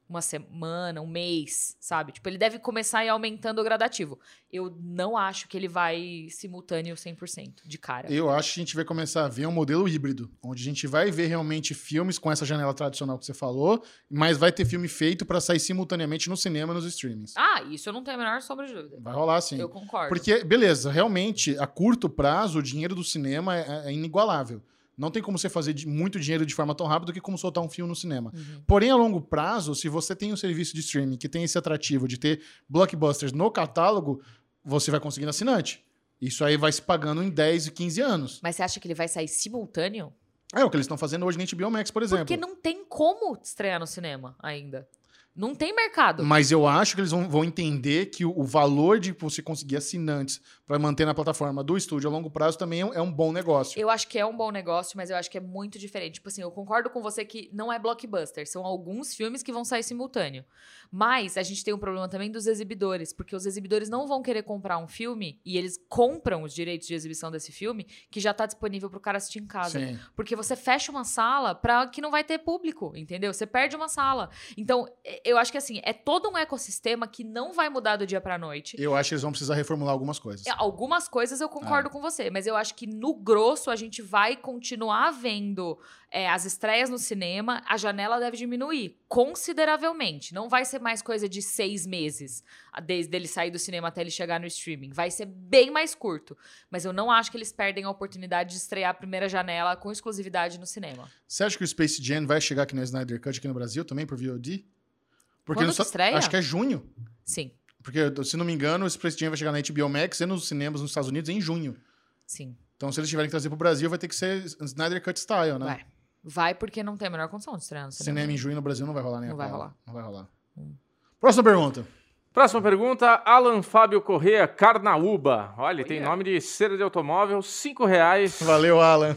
B: uma semana, um mês, sabe? Tipo, ele deve começar a ir aumentando o gradativo. Eu não acho que ele vai simultâneo 100% de cara.
A: Eu acho que a gente vai começar a ver um modelo híbrido, onde a gente vai ver realmente filmes com essa janela tradicional que você falou, mas vai ter filme feito pra sair simultaneamente no cinema e nos streamings.
B: Ah, isso eu não tenho a menor sombra de dúvida.
A: Vai rolar sim.
B: Eu concordo.
A: Porque, beleza, realmente, a curto prazo, o dinheiro do cinema é, é inigualável. Não tem como você fazer de- muito dinheiro de forma tão rápida que como soltar um filme no cinema.
B: Uhum.
A: Porém, a longo prazo, se você tem um serviço de streaming que tem esse atrativo de ter blockbusters no catálogo, você vai conseguindo assinante. Isso aí vai se pagando em 10 e 15 anos.
B: Mas você acha que ele vai sair simultâneo?
A: É o que eles estão fazendo hoje na HBO Max, por exemplo.
B: Porque não tem como estrear no cinema ainda. Não tem mercado.
A: Mas eu acho que eles vão, vão entender que o, o valor de você conseguir assinantes para manter na plataforma do estúdio a longo prazo também é um, é um bom negócio.
B: Eu acho que é um bom negócio, mas eu acho que é muito diferente. Tipo assim, eu concordo com você que não é blockbuster, são alguns filmes que vão sair simultâneo. Mas a gente tem um problema também dos exibidores, porque os exibidores não vão querer comprar um filme e eles compram os direitos de exibição desse filme que já tá disponível pro cara assistir em casa.
A: Sim.
B: Porque você fecha uma sala para que não vai ter público, entendeu? Você perde uma sala. Então, e- eu acho que assim, é todo um ecossistema que não vai mudar do dia pra noite.
A: Eu acho que eles vão precisar reformular algumas coisas.
B: É, Algumas coisas eu concordo com você, mas eu acho que no grosso a gente vai continuar vendo é, as estreias no cinema, a janela deve diminuir consideravelmente. Não vai ser mais coisa de seis meses, a- desde ele sair do cinema até ele chegar no streaming. Vai ser bem mais curto. Mas eu não acho que eles perdem a oportunidade de estrear a primeira janela com exclusividade no cinema.
A: Você acha que o Space Jam vai chegar aqui no Snyder Cut aqui no Brasil também pro VOD? Porque
B: Quando
A: eu
B: que estreia?
A: acho que é junho.
B: Sim,
A: Porque, se não me engano, o Space Jam vai chegar na HBO Max e nos cinemas nos Estados Unidos em junho.
B: sim.
A: Então, se eles tiverem que trazer pro Brasil, vai ter que ser Snyder Cut style, né?
B: Vai. Vai porque não tem a menor condição de estrear no cinema.
A: Cinema em junho no Brasil não vai rolar, né?
B: Não vai
A: Paula?
B: rolar.
A: Não vai rolar.
B: Hum.
A: Próxima pergunta.
C: Próxima pergunta, Alan Fábio Corrêa, Carnaúba. Olha, tem
B: Olha.
C: nome de cera de automóvel, cinco reais.
A: Valeu, Alan.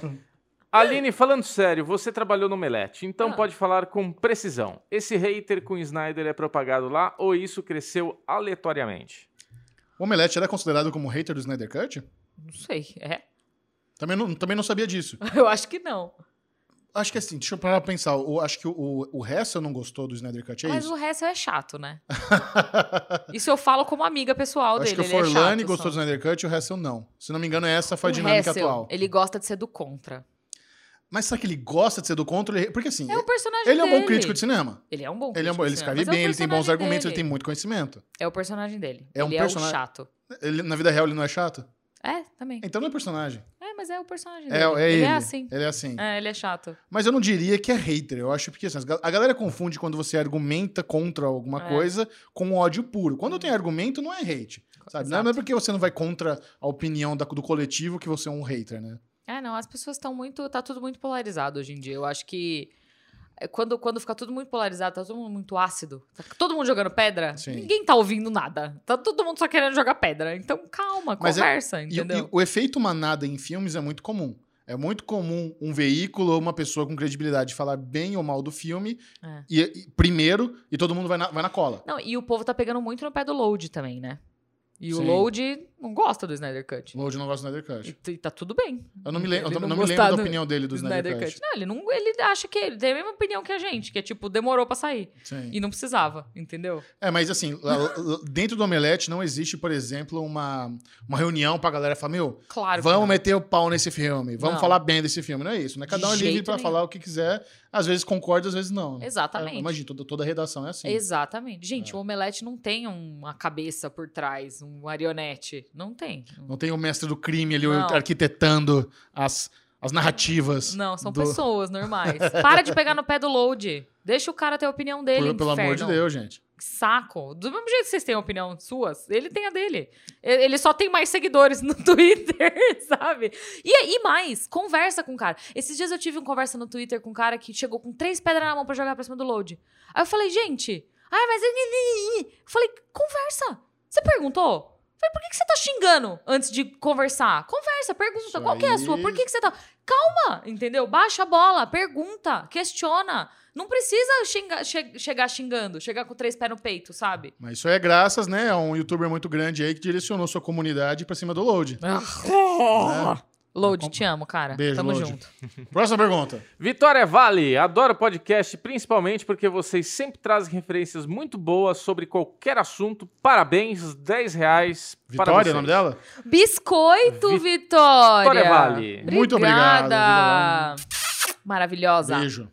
C: Aline, falando sério, você trabalhou no Melete, então
B: Ah.
C: pode falar com precisão. Esse hater com Snyder é propagado lá ou isso cresceu aleatoriamente?
A: O Omelete era considerado como hater do Snyder Cut?
B: Não sei, é? *laughs*
A: Também não, também não sabia disso.
B: Eu acho que não.
A: Acho que assim, deixa eu parar pra pensar. Eu acho que o, o, o Hessel não gostou do Snyder Cut, é
B: Mas
A: isso?
B: o resto é
A: *laughs*
B: chato, né? Isso eu falo como amiga pessoal
A: acho
B: dele.
A: que o
B: ele é
A: Forlani
B: chato
A: gostou
B: só.
A: do Snyder Cut e o Hessel não. Se não me engano, é essa foi a
B: O
A: dinâmica
B: Hessel,
A: atual.
B: Ele gosta de ser do contra.
A: Mas será que ele gosta de ser do contra? Ele- Porque assim,
B: É o personagem
A: ele é um
B: dele.
A: bom crítico de cinema.
B: Ele é um bom
A: Ele, é um,
B: crítico
A: bom- ele
B: de cinema,
A: escreve
B: mas é o
A: bem, ele tem bons
B: personagem
A: argumentos,
B: dele.
A: ele tem muito conhecimento.
B: É o personagem dele.
A: É um
B: ele
A: personagem-
B: é o chato.
A: Ele, na vida real ele não é chato?
B: É, também.
A: Então não é personagem.
B: É, mas é o personagem
A: É,
B: dele.
A: é ele.
B: é assim.
A: Ele é assim.
B: É, ele é chato.
A: Mas eu não diria que é hater. Eu acho porque assim, as gal- a galera confunde quando você argumenta contra alguma
B: É. Hum.
A: coisa com ódio puro. Quando tem argumento, não é hate. Sabe? Não é
B: Exato.
A: porque você não vai contra a opinião da- do coletivo que você é um hater, né?
B: É, não, as pessoas estão muito. Tá tudo muito polarizado hoje em dia. Eu acho que. é, Quando, quando fica tudo muito polarizado, tá todo mundo muito ácido. Tá todo mundo jogando pedra.
A: Sim.
B: Ninguém tá ouvindo nada. Tá todo mundo só querendo jogar pedra. Então calma,
A: Mas é-
B: conversa,
A: E,
B: entendeu?
A: e o efeito manada em filmes é muito comum. É muito comum um veículo ou uma pessoa com credibilidade falar bem ou mal do filme
B: É.
A: e, e- primeiro e todo mundo vai na, vai na cola.
B: Não, e o povo tá pegando muito no pé do load também, né? E o
A: Sim.
B: load não gosta do Snyder Cut.
A: Load não gosta do Snyder
B: E,
A: Cut.
B: t- e tá tudo bem.
A: Eu não me, lem- eu
B: Ele
A: tam-
B: não
A: não me lembro
B: gostar
A: da
B: do-
A: opinião dele do, Snyder, Cut.
B: Não, ele não. Ele acha que ele tem a mesma opinião que a gente, que é tipo, demorou pra sair.
A: Sim.
B: E não precisava, entendeu?
A: É, mas assim, lá- lá- dentro do Omelete não existe, por exemplo, uma, uma reunião pra galera falar, meu,
B: Claro. que
A: vamos
B: não.
A: meter o pau nesse filme, vamos
B: Não.
A: falar bem desse filme. Não é isso, né? Cada
B: De
A: um é livre
B: jeito
A: pra
B: nenhum.
A: falar o que quiser. Às vezes concorda, às vezes não. né?
B: Exatamente.
A: É, Imagina, toda, toda redação é assim.
B: Exatamente. Gente,
A: É.
B: o omelete não tem uma cabeça por trás, um marionete. Não tem.
A: Não tem o mestre do crime ali
B: Não.
A: arquitetando as, as narrativas.
B: Não, são
A: do-
B: pessoas
A: *laughs*
B: normais. Para de pegar no pé do load. Deixa o cara ter a opinião dele,
A: Por- pelo amor de
B: é inferno.
A: Deus, gente.
B: Que Saco. Do mesmo jeito que vocês têm a opinião suas, ele tem a dele. E- Ele só tem mais seguidores no *laughs* Twitter, sabe? E aí, mais, conversa com o cara. Esses dias eu tive uma conversa no Twitter com um cara que chegou com três pedras na mão pra jogar pra cima do load. Aí eu falei, gente, ai, mas. Eu falei, conversa. Você perguntou? Eu Falei, por que, que você tá xingando antes de conversar? Conversa, pergunta.
A: Isso
B: Qual que é a
A: aí.
B: sua? Por que, que você tá. Calma, entendeu? Baixa a bola, pergunta, questiona. Não precisa xinga- che- chegar xingando, chegar com três pés no peito, sabe?
A: Mas isso é graças, né, a um youtuber muito grande aí que direcionou sua comunidade pra cima do load. né?
B: Oh! Load, te amo, cara.
A: Ah, Beijo,
B: Tamo
A: Load.
B: junto.
A: Próxima pergunta.
C: Vitória Vale, adoro podcast, principalmente porque vocês sempre trazem referências muito boas sobre qualquer assunto. Parabéns, 10 reais para
A: Vitória, é
C: vocês.
A: o nome dela?
B: Biscoito, Vitória.
C: Vitória Vale.
A: Muito obrigado,
B: Obrigada. Maravilhosa.
A: Beijo.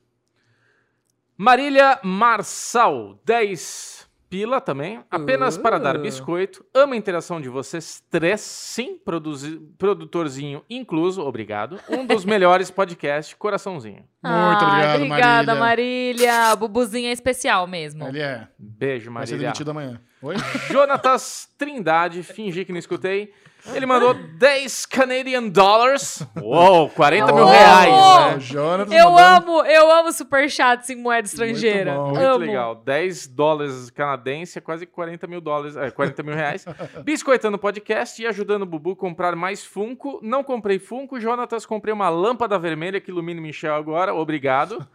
C: Marília Marçal, 10 pila também, apenas para dar
B: Uh.
C: biscoito. Amo a interação de vocês três, sim, produzi- produtorzinho incluso, obrigado. Um dos melhores podcasts, coraçãozinho.
A: Muito
B: Ah,
A: obrigado,
B: Obrigada,
A: Marília.
B: Marília. Bubuzinha é especial mesmo.
A: Ele é.
C: Beijo,
A: Vai ser
C: Marília.
A: demitido amanhã.
B: *laughs*
A: Oi?
C: Jonatas Trindade, fingi que não escutei. Ele mandou 10 Canadian Dollars. Uou, 40 mil
B: Uou!
C: reais, né?
A: Jonathan
B: Oh! Eu
A: mandando-
B: amo, eu amo superchats em moeda estrangeira.
A: bom,
C: Muito
B: amo.
C: legal. 10 dólares canadense, é quase 40 mil dólares, é, 40 mil reais. Biscoitando o podcast e ajudando o Bubu a comprar mais Funko. Não comprei Funko, Jonatas, comprei uma lâmpada vermelha que ilumina o Michel agora. Obrigado.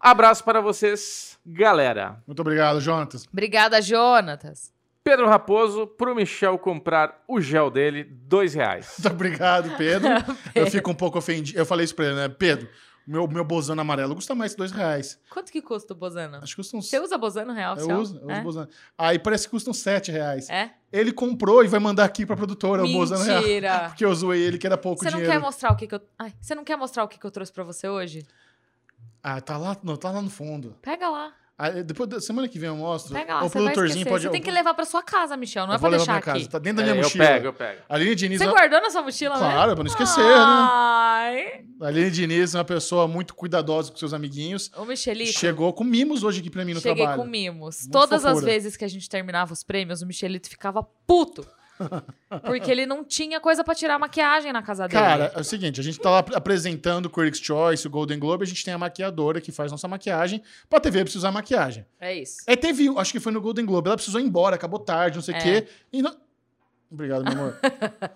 C: Abraço para vocês, galera.
A: Muito obrigado, Jonathan. *laughs*
B: Obrigada, Jonatas.
C: Pedro Raposo, pro Michel comprar o gel dele, dois reais.
B: *laughs*
C: *laughs*
A: Muito obrigado, Pedro. Eu fico um pouco ofendido. Eu falei isso pra ele, né? Pedro, Meu, meu bozano amarelo custa mais que dois reais.
B: Quanto que custa o bozano?
A: Acho que custam...
B: Você usa bozano real
A: Eu
B: oficial?
A: uso, eu uso
B: é?
A: bozano. Aí parece que custam sete reais.
B: É?
A: Ele comprou e vai mandar aqui pra produtora o bozano real.
B: Mentira!
A: *laughs* Porque eu zoei ele que era pouco
B: Você não
A: dinheiro.
B: quer mostrar o que, que eu. Ai, você não quer mostrar o que, que eu trouxe pra você hoje?
A: Ah, tá lá, não, tá lá no fundo.
B: Pega lá.
A: Ah, depois da semana que vem eu mostro.
B: Pega lá.
A: o
B: Você vai
A: produtorzinho
B: esquecer.
A: pode.
B: Você tem que levar pra sua casa, Michel. Não
A: eu
B: é
A: vou
B: pra
A: levar
B: deixar
A: pra
B: aqui.
A: casa. Tá dentro da minha
C: É, eu
A: mochila.
C: pego, eu pego.
A: A Aline Diniz,
B: Você
A: é uma-
B: guardou na sua mochila, né? Ah.
A: claro, pra não esquecer, né?
B: Ai.
A: A Aline Diniz é uma pessoa muito cuidadosa com seus amiguinhos.
B: Ô, Michelito.
A: Chegou com mimos hoje aqui pra mim no
B: Cheguei
A: trabalho.
B: com mimos.
A: Muito
B: Todas as
A: fofura.
B: vezes que a gente terminava os prêmios, o Michelito ficava
A: *laughs*
B: puto. Porque ele não tinha coisa pra tirar a maquiagem na casa dele.
A: Cara, é o seguinte, a gente tá lá ap- apresentando o Critics' Choice, o Golden Globe, a gente tem a maquiadora que faz nossa maquiagem. Pra TV precisa usar maquiagem.
B: é isso.
A: É, teve, acho que foi no Golden Globe, ela precisou ir embora, acabou tarde, não sei o
B: É.
A: quê. E não... Obrigado, meu amor.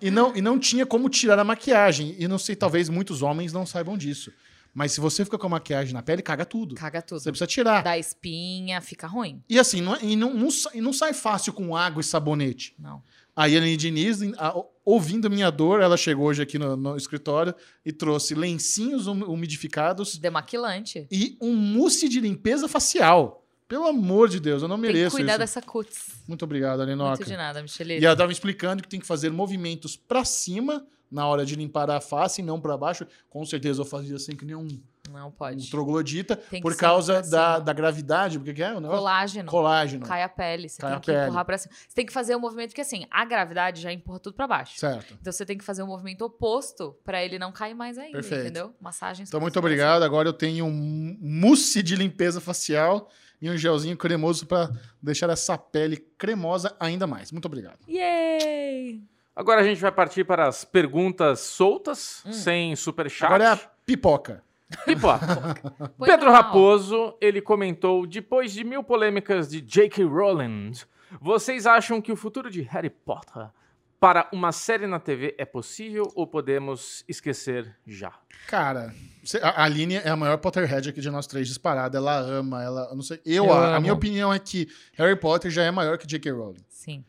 A: e, não, e não tinha como tirar a maquiagem. E não sei, talvez muitos homens não saibam disso. Mas se você fica com a maquiagem na pele, caga tudo.
B: Caga
A: Você
B: tudo.
A: precisa tirar.
B: Dá espinha, fica ruim.
A: E assim, não, é- e não, não sa- e não sai fácil com água e sabonete.
B: Não.
A: Aí a Aline Diniz, a- ouvindo minha dor, ela chegou hoje aqui no, no escritório e trouxe lencinhos hum- umidificados
B: Demaquilante.
A: e um mousse de limpeza facial. Pelo amor de Deus, eu não
B: Tem que
A: mereço
B: cuidar
A: isso.
B: dessa cutis.
A: Muito obrigado, Alinoca.
B: Muito de nada, Michelito.
A: E ela estava explicando que tem que fazer movimentos para cima na hora de limpar a face e não para baixo. Com certeza eu fazia assim que nem um,
B: Não
A: um
B: pode.
A: troglodita,
B: Tem que
A: por
B: ser
A: causa
B: pra cima.
A: da, da gravidade. Porque que é o negócio?
B: Colágeno.
A: Colágeno.
B: Cai a pele. Você
A: Cai a
B: tem que
A: pele.
B: empurrar pra cima. Você tem que fazer o movimento, porque assim, a gravidade já empurra tudo pra baixo.
A: Certo.
B: Então você tem que fazer um movimento oposto pra ele não cair mais ainda,
A: Perfeito.
B: entendeu? Massagens.
A: Então, muito obrigado. Agora eu tenho um mousse de limpeza facial e um gelzinho cremoso para deixar essa pele cremosa ainda mais. Muito obrigado.
B: Yay!
C: Agora a gente vai partir para as perguntas soltas,
B: Hum.
C: sem superchat.
A: Agora é a pipoca.
B: *laughs*
C: Pipoca.
B: Põe
C: Pedro
B: normal.
C: Raposo, ele comentou, depois de mil polêmicas de J.K. Rowling, vocês acham que o futuro de Harry Potter para uma série na TV é possível ou podemos esquecer já?
A: Cara, cê- a a Aline é a maior Potterhead aqui de nós três disparada. Ela ama, ela. eu Não sei. Eu,
B: Eu
A: a, a
B: amo.
A: minha opinião é que Harry Potter já é maior que J.K. Rowling.
B: Sim.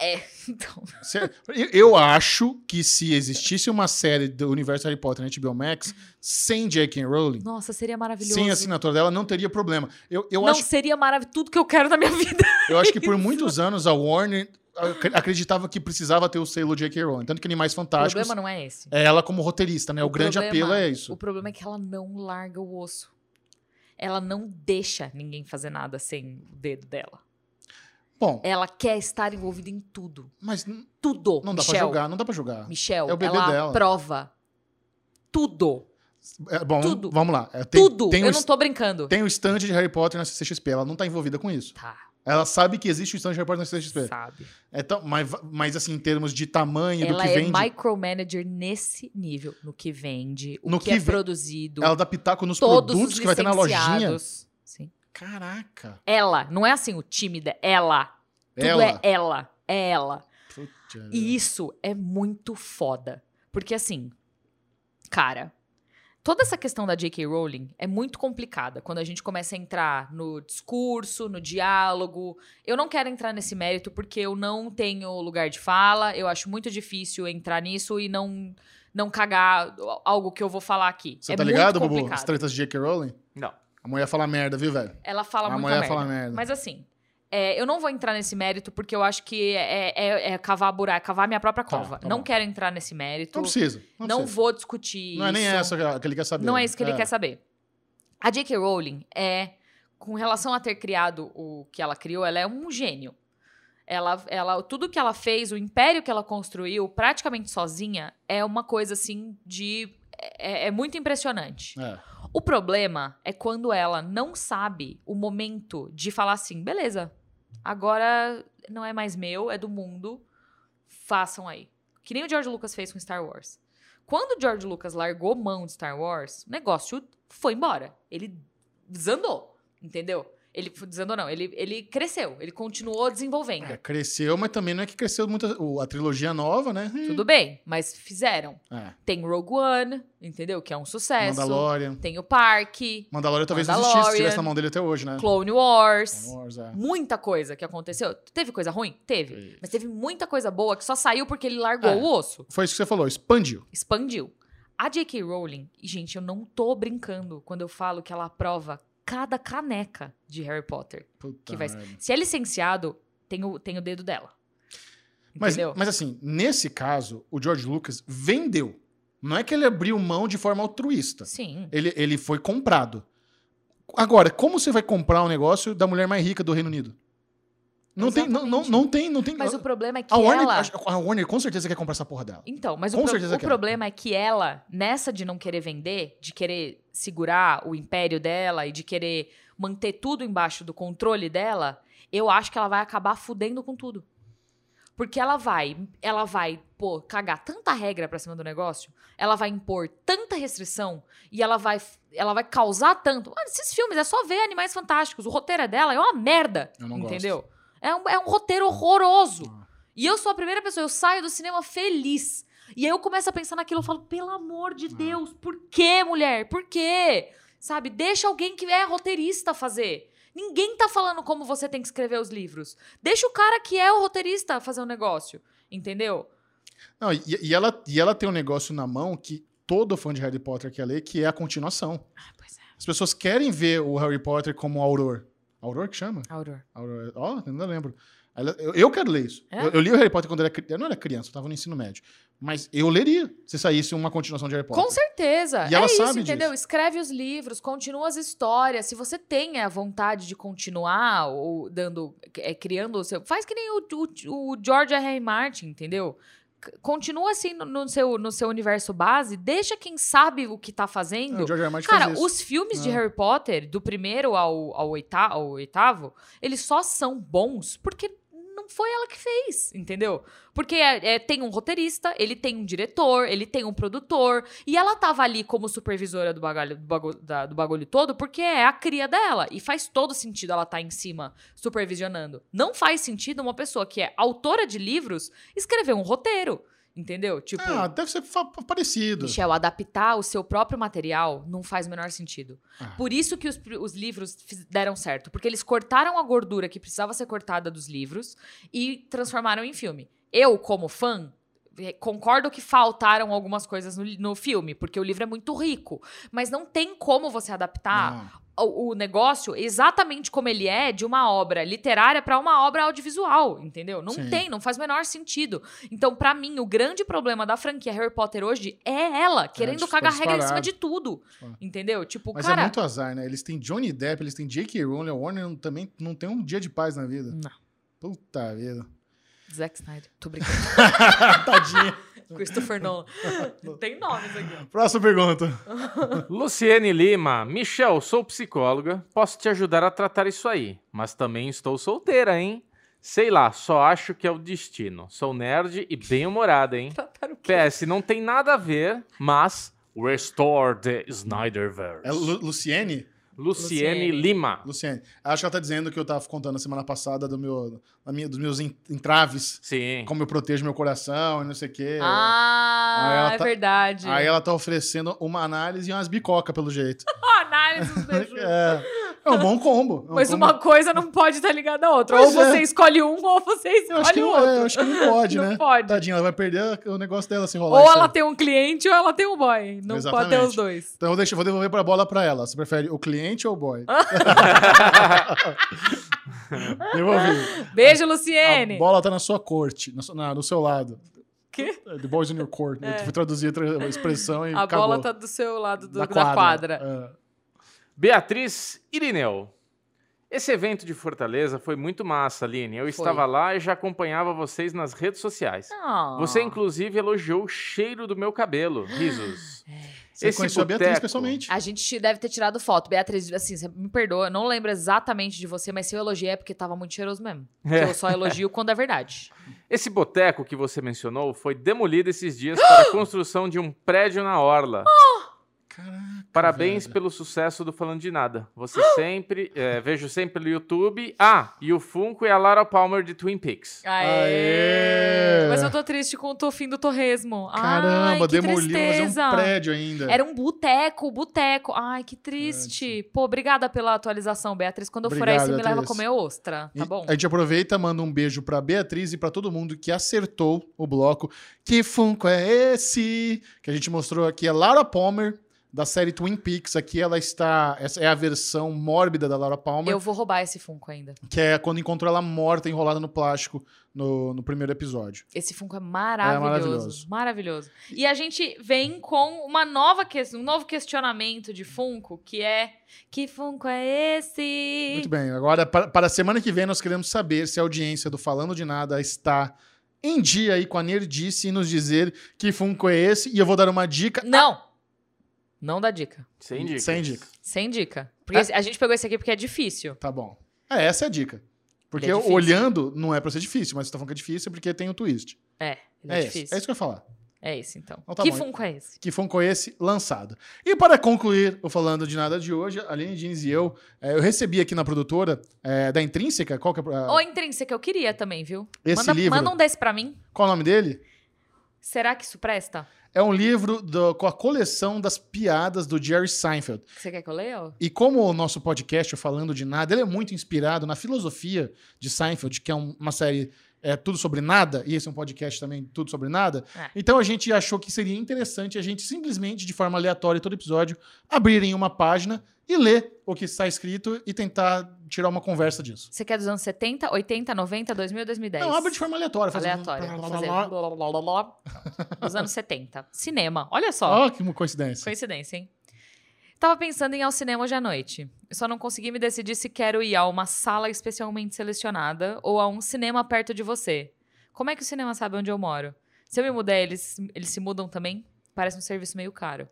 B: É, *laughs* então.
A: Cê- eu- Eu acho que se existisse uma série do universo Harry Potter na HBO Max sem J.K. Rowling,
B: Nossa, seria maravilhoso.
A: sem a assinatura dela, não teria problema. Eu, assim, eu
B: não
A: acho
B: seria maravilhoso. Tudo que eu quero na minha vida.
A: Eu acho que por muitos anos a Warner ac- acreditava que precisava ter o selo de J.K. Rowling. Tanto que Animais
B: o
A: Fantásticos
B: problema não é esse.
A: é ela como roteirista, né? O,
B: O
A: grande
B: problema-
A: apelo é isso.
B: O problema é que ela não larga o osso. Ela não deixa ninguém fazer nada sem o dedo dela.
A: Bom,
B: Ela quer estar envolvida em tudo.
A: mas n-
B: Tudo.
A: não dá
B: Michel.
A: pra jogar, não dá pra jogar.
B: Michel,
A: É o bebê
B: ela
A: dela.
B: prova tudo.
A: É, bom,
B: Tudo.
A: vamos lá. É, tem-
B: tudo.
A: Tem,
B: eu
A: o
B: não
A: est-
B: tô brincando.
A: tem o stand de Harry Potter na CCXP, ela não tá envolvida com isso.
B: Tá,
A: Ela sabe que existe o stand de Harry Potter na CCXP.
B: sabe.
A: Então, mas, mas assim, em termos de tamanho, do
B: Ela
A: que
B: é
A: vende,
B: micromanager nesse nível. No que vende, o
A: No
B: que,
A: que
B: é
A: ve-
B: produzido,
A: ela dá pitaco nos
B: todos
A: produtos
B: os
A: que vai ter na lojinha.
B: licenciados. Sim.
A: Caraca.
B: Ela, não é assim o time dela. Ela. Tudo
A: ela.
B: é ela. É ela.
A: Putz,
B: E isso é muito foda. Porque assim, cara, toda essa questão da J.K. Rowling é muito complicada quando a gente começa a entrar no discurso, no diálogo. Eu não quero entrar nesse mérito porque eu não tenho lugar de fala, eu acho muito difícil entrar nisso e não não cagar algo que eu vou falar aqui.
A: Você
B: é
A: tá
B: muito
A: ligado, Bubu?
B: complicado.
A: As tretas de J.K. Rowling?
C: Não.
A: A mulher fala merda, viu, velho?
B: Ela fala
A: a
B: muito
A: mulher
B: merda.
A: fala merda.
B: Mas assim, é, eu não vou entrar nesse mérito porque eu acho que é, é- é cavar buraco, é cavar minha própria
A: Tá,
B: cova.
A: tá
B: não
A: bom.
B: quero entrar nesse mérito.
A: Não precisa. Não,
B: Não
A: precisa.
B: vou discutir
A: Não é nem
B: isso.
A: essa que ela- que ele quer saber.
B: Não
A: né?
B: é isso que ele quer saber. A J.K. Rowling é, com relação a ter criado o que ela criou, ela é um gênio. Ela, ela, tudo que ela fez, o império que ela construiu, praticamente sozinha, é uma coisa assim de. É, é muito impressionante.
A: É.
B: O problema é quando ela não sabe o momento de falar assim: beleza, agora não é mais meu, é do mundo, façam aí. Que nem o George Lucas fez com Star Wars. Quando o George Lucas largou mão de Star Wars, o negócio foi embora. Ele desandou, entendeu? Ele desandou, não. Ele, ele cresceu, ele continuou desenvolvendo.
A: É, cresceu, mas também não é que cresceu muito o- a trilogia nova, né?
B: Tudo bem, mas fizeram.
A: É.
B: Tem Rogue One, entendeu? Que é um sucesso.
A: Mandalorian.
B: Tem o Parque,
A: Mandalorian talvez não existisse,
B: Mandalorian.
A: se tivesse na mão dele até hoje, né?
B: Clone Wars.
A: Clone Wars, é.
B: muita coisa que aconteceu. Teve coisa ruim? Teve.
A: Teve.
B: Mas teve muita coisa boa que só saiu porque ele largou
A: É.
B: o osso.
A: Foi isso que você falou, expandiu.
B: Expandiu. A J.K. Rowling, e, gente, eu não tô brincando quando eu falo que ela aprova cada caneca de Harry Potter.
A: Puta
B: Que vai-
A: merda.
B: Se é licenciado, tem o, tem o dedo dela.
A: Mas,
B: Entendeu?
A: mas assim, nesse caso, o George Lucas vendeu. Não é que ele abriu mão de forma altruísta.
B: Sim.
A: Ele, ele foi comprado. Agora, como você vai comprar um negócio da mulher mais rica do Reino Unido? Não tem, não, não,
B: Exatamente.
A: não tem, não tem.
B: Mas o problema é que
A: a, Warner,
B: ela.
A: a Warner com certeza quer comprar essa porra dela.
B: Então, mas o,
A: Com
B: pro-
A: certeza
B: o
A: quer.
B: problema é que ela, nessa de não querer vender, de querer segurar o império dela e de querer manter tudo embaixo do controle dela, eu acho que ela vai acabar fudendo com tudo. Porque ela vai, ela vai, pô, cagar tanta regra pra cima do negócio, ela vai impor tanta restrição e ela vai, ela vai causar tanto. Mano, esses filmes é só ver Animais Fantásticos, o roteiro é dela é uma merda,
A: Eu não gosto.
B: entendeu? É um, é um roteiro horroroso.
A: Ah.
B: E eu sou a primeira pessoa, eu saio do cinema feliz. E aí eu começo a pensar naquilo, eu falo, pelo amor de
A: Ah.
B: Deus, por que, mulher? Por quê? Sabe? Deixa alguém que é roteirista fazer. Ninguém tá falando como você tem que escrever os livros. Deixa o cara que é o roteirista fazer o negócio. Entendeu?
A: Não, e, e ela, e ela tem um negócio na mão que todo fã de Harry Potter quer ler, que é a continuação.
B: pois é.
A: As pessoas querem ver o Harry Potter como Auror. Auror que chama?
B: Auror.
A: Aurora. Ó, eu não lembro. Ela- Eu, eu quero ler isso.
B: É?
A: Eu, eu li o Harry Potter quando era criança. Eu não era criança, eu tava no ensino médio. Mas eu leria se saísse uma continuação de Harry Potter.
B: Com certeza.
A: E ela
B: é isso,
A: sabe
B: entendeu?
A: disso.
B: Escreve os livros, continua as histórias. Se você tem a vontade de continuar, ou dando. É, criando o seu. Faz que nem o, o, o George R. R. Martin, entendeu? C- Continua assim no, no seu, no seu universo base, deixa quem sabe o que tá
A: Ah,
B: fazendo.
A: o George R. R. Martin
B: Cara,
A: faz isso.
B: os filmes de
A: Ah.
B: Harry Potter, do primeiro ao, ao, oita- ao oitavo, eles só são bons porque não foi ela que fez, entendeu? Porque é- é, tem um roteirista, ele tem um diretor, ele tem um produtor, e ela tava ali como supervisora do bagulho, do bagulho, da- do bagulho todo porque é a cria dela. E faz todo sentido ela estar em cima, supervisionando. Não faz sentido uma pessoa que é autora de livros escrever um roteiro, entendeu? Tipo.
A: Ah, deve ser fa- parecido.
B: Michel, adaptar o seu próprio material não faz o menor sentido.
A: Ah.
B: Por isso que os, pri- os livros fiz- deram certo. Porque eles cortaram a gordura que precisava ser cortada dos livros e transformaram em filme. Eu, como fã, eh, concordo que faltaram algumas coisas no, li- no filme, porque o livro é muito rico. Mas não tem como você adaptar
A: Não.
B: o, o negócio exatamente como ele é de uma obra literária para uma obra audiovisual, entendeu? Não
A: Sim.
B: tem, não faz o menor sentido. Então, pra mim, o grande problema da franquia Harry Potter hoje é ela querendo
A: dis- tá
B: cagar regra em cima
A: disparado.
B: de tudo,
A: Ah.
B: entendeu? Tipo,
A: Mas
B: cara,
A: é muito azar, né? Eles têm Johnny Depp, eles têm J.K. Rowling, a Warner não- também não tem um dia de paz na vida.
B: Não.
A: Puta vida.
B: Zack Snyder, tô brincando,
A: Tadinha.
B: *laughs*
A: *laughs*
B: Christopher Nolan. Não tem nome isso aqui.
A: Próxima pergunta.
C: Luciene Lima, Michel, sou psicóloga, posso te ajudar a tratar isso aí, mas também estou solteira, hein? Sei lá, só acho que é o destino. Sou nerd e bem-humorada, hein?
B: Tratar o quê?
C: PS, não tem nada a ver, mas Restore the Snyderverse.
A: É Lu- Luciene?
C: Luciene
B: Luciene.
C: Lima.
A: Luciene. Acho que ela tá dizendo que eu tava contando a semana passada do meu, da minha, dos meus en- entraves.
C: Sim.
A: Como eu protejo meu coração e não sei o quê. Aí
B: Ah,
A: ela
B: é
A: tá-
B: verdade.
A: Aí ela tá oferecendo uma análise e umas bicoca, pelo jeito.
B: Ó,
A: *laughs*
B: análise dos beijos.
A: é, é um bom combo. É um
B: Mas
A: combo-
B: uma coisa não pode estar ligada à outra.
A: Pois
B: ou
A: é.
B: você escolhe um, ou você
A: eu acho,
B: escolhe
A: que
B: o
A: não,
B: outro.
A: é, eu acho que não pode,
B: *laughs* Não
A: né?
B: pode.
A: Tadinha, ela vai perder o negócio dela se enrolar.
B: Ou
A: isso
B: ela
A: aí.
B: tem um cliente ou ela tem um boy. Não pode ter os
A: Exatamente.
B: dois.
A: Então eu deixo, vou devolver pra bola pra ela. Você prefere o cliente ou o
B: *laughs*
A: boy? *laughs* Devolvi.
B: Beijo,
A: A
B: Luciene.
A: bola tá na sua corte, na sua- na- no seu lado. É,
B: Quê?
A: The boys in your court. Eu fui traduzir a tra- a expressão e
B: É. A,
A: acabou.
B: bola tá do seu lado do- da, quadra.
A: É.
C: Beatriz Irineu. Esse evento de Fortaleza foi muito massa, Aline. Eu
B: Foi.
C: estava lá e já acompanhava vocês nas redes sociais.
B: Ah.
C: Você, inclusive, elogiou o cheiro do meu cabelo. Risos.
A: Você
C: Esse
A: conheceu a Beatriz
C: boteco-
A: pessoalmente.
B: A gente te- deve ter tirado foto. Beatriz, assim, você me perdoa, eu não lembro exatamente de você, mas se eu elogiei é porque tava muito cheiroso mesmo. Porque
C: É.
B: eu só elogio quando é verdade.
C: Esse boteco que você mencionou foi demolido esses dias para a construção de um prédio na Orla.
A: Caraca.
C: Parabéns
A: velho.
C: pelo sucesso do Falando de Nada. Você *gasps* sempre. é, vejo sempre no YouTube. Ah, e o Funko e a Lara Palmer de Twin Peaks.
A: Aê!
B: Aê! Mas eu tô triste com o to- fim do torresmo. Ai,
A: Caramba,
B: que
A: demoliu, mas é
B: tristeza.
A: um prédio ainda.
B: Era um boteco, boteco. Ai, que triste. Pô, obrigada pela atualização, Beatriz. Quando eu for
A: Obrigado,
B: aí, você me leva a
A: Beatriz.
B: comer ostra, tá
A: E
B: bom?
A: A gente aproveita, manda um beijo pra Beatriz e pra todo mundo que acertou o bloco. Que Funko é esse? Que a gente mostrou aqui é Laura Palmer, da série Twin Peaks. Aqui ela está. Essa é a versão mórbida da Laura Palmer,
B: Eu vou roubar esse Funko ainda.
A: que é quando encontrou ela morta, enrolada no plástico no, no primeiro episódio.
B: Esse Funko é maravilhoso.
A: maravilhoso.
B: maravilhoso. E a gente vem com uma nova que... um novo questionamento de Funko, que é... Que Funko é esse?
A: Muito bem, agora para, para a semana que vem nós queremos saber se a audiência do Falando de Nada está em dia aí com a Nerdice e nos dizer que Funko é esse. E eu vou dar uma dica.
B: Não! Não dá dica.
C: Sem dica.
A: Sem dica.
B: Sem dica. Porque esse- a gente pegou esse aqui porque é difícil.
A: Tá bom. É, essa é a dica. Porque
B: É difícil.
A: olhando não é pra ser difícil, mas você tá falando que é difícil porque tem o twist.
B: Ele
A: É,
B: é,
A: isso.
B: difícil.
A: É isso que eu ia falar.
B: É esse, então.
A: Então tá
B: que
A: bom.
B: Funko é esse?
A: Que foi um esse lançado. E para concluir o Falando de Nada de hoje, a Aline Dins e eu, eh, eu recebi aqui na produtora eh, da Intrínseca, qual que é a-
B: Ou intrínseca, eu queria também, viu?
A: esse
B: manda,
A: livro?
B: manda um desse pra mim.
A: Qual o nome dele?
B: Será que isso presta?
A: É um livro do- com a coleção das piadas do Jerry Seinfeld.
B: Você quer que eu leia?
A: E como o nosso podcast, o Falando de Nada, ele é muito inspirado na filosofia de Seinfeld, que é um- uma série é, tudo sobre nada, e esse é um podcast também tudo sobre nada.
B: É.
A: Então a gente achou que seria interessante a gente simplesmente, de forma aleatória, todo episódio, abrir em uma página e ler o que está escrito e tentar tirar uma conversa disso.
B: Você quer dos anos 70, 80, 90, 2000, 2010?
A: Não, abre de forma aleatória. faz um-
B: É aleatória. Vou fazer blá, blá, blá, blá, blá. dos anos 70. Cinema. Olha só.
A: Ó, que uma coincidência.
B: Coincidência, hein? Tava pensando em ir ao cinema hoje à noite. Eu só não consegui me decidir se quero ir a uma sala especialmente selecionada ou a um cinema perto de você. Como é que o cinema sabe onde eu moro? Se eu me mudar, eles, eles se mudam também? Parece um serviço meio caro.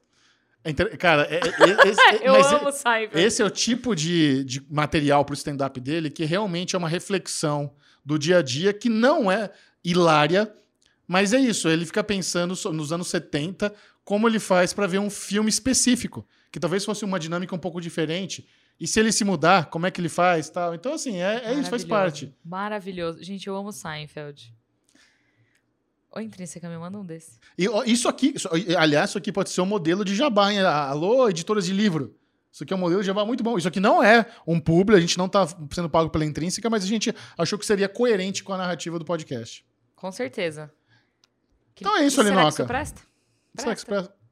A: É inter- Cara, é- é- é- esse-
B: *laughs* Eu
A: mas é-
B: amo o Cyber.
A: Esse é o tipo de, de material pro stand-up dele que realmente é uma reflexão do dia a dia que não é hilária, mas é isso. Ele fica pensando so- nos anos 70 como ele faz para ver um filme específico, que talvez fosse uma dinâmica um pouco diferente. E se ele se mudar, como é que ele faz tal? Então, assim, é, é isso, faz
B: Maravilhoso,
A: parte.
B: Maravilhoso. Gente, eu amo Seinfeld. Ô, Intrínseca, me manda um desse.
A: E ó, isso aqui, isso- e, aliás, isso aqui pode ser um modelo de jabá, hein? A- Alô, editoras de livro. Isso aqui é um modelo de jabá muito bom. Isso aqui não é um público, a gente não tá sendo pago pela intrínseca, mas a gente achou que seria coerente com a narrativa do podcast.
B: Com certeza. Que-
A: Então é isso,
B: e Será que
A: Alinoca.
B: isso presta?
A: Será que
B: Presta.
A: isso presta?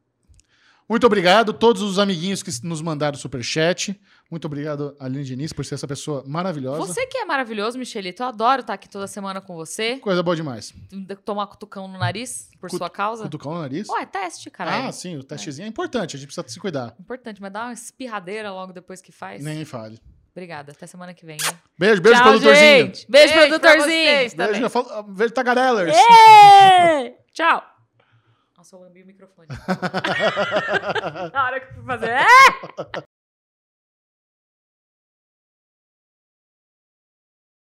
A: Muito obrigado a todos os amiguinhos que nos mandaram superchat. Muito obrigado, Aline Diniz, por ser essa pessoa maravilhosa.
B: Você que é maravilhoso, Michelito. Eu adoro estar aqui toda semana com você.
A: Coisa boa demais.
B: Tomar cutucão no nariz, por
A: Cutu-
B: sua causa.
A: Cutucão no nariz?
B: Ué, teste, caralho.
A: ah, sim, o testezinho é. importante, a gente precisa se cuidar.
B: Importante, mas dá uma espirradeira logo depois que faz.
A: Nem me fale.
B: Obrigada. Até semana que vem. Né?
A: Beijo, beijo,
B: É Tchau,
A: produtorzinho.
B: gente. Beijo,
C: Beijo pra vocês tá?
B: produtorzinho.
A: Beijo,
C: também.
A: eu falo- ah, beijo, tagarelers.
B: Ê! Tchau. Nossa, eu lambi o microfone. Na hora que eu fui fazer.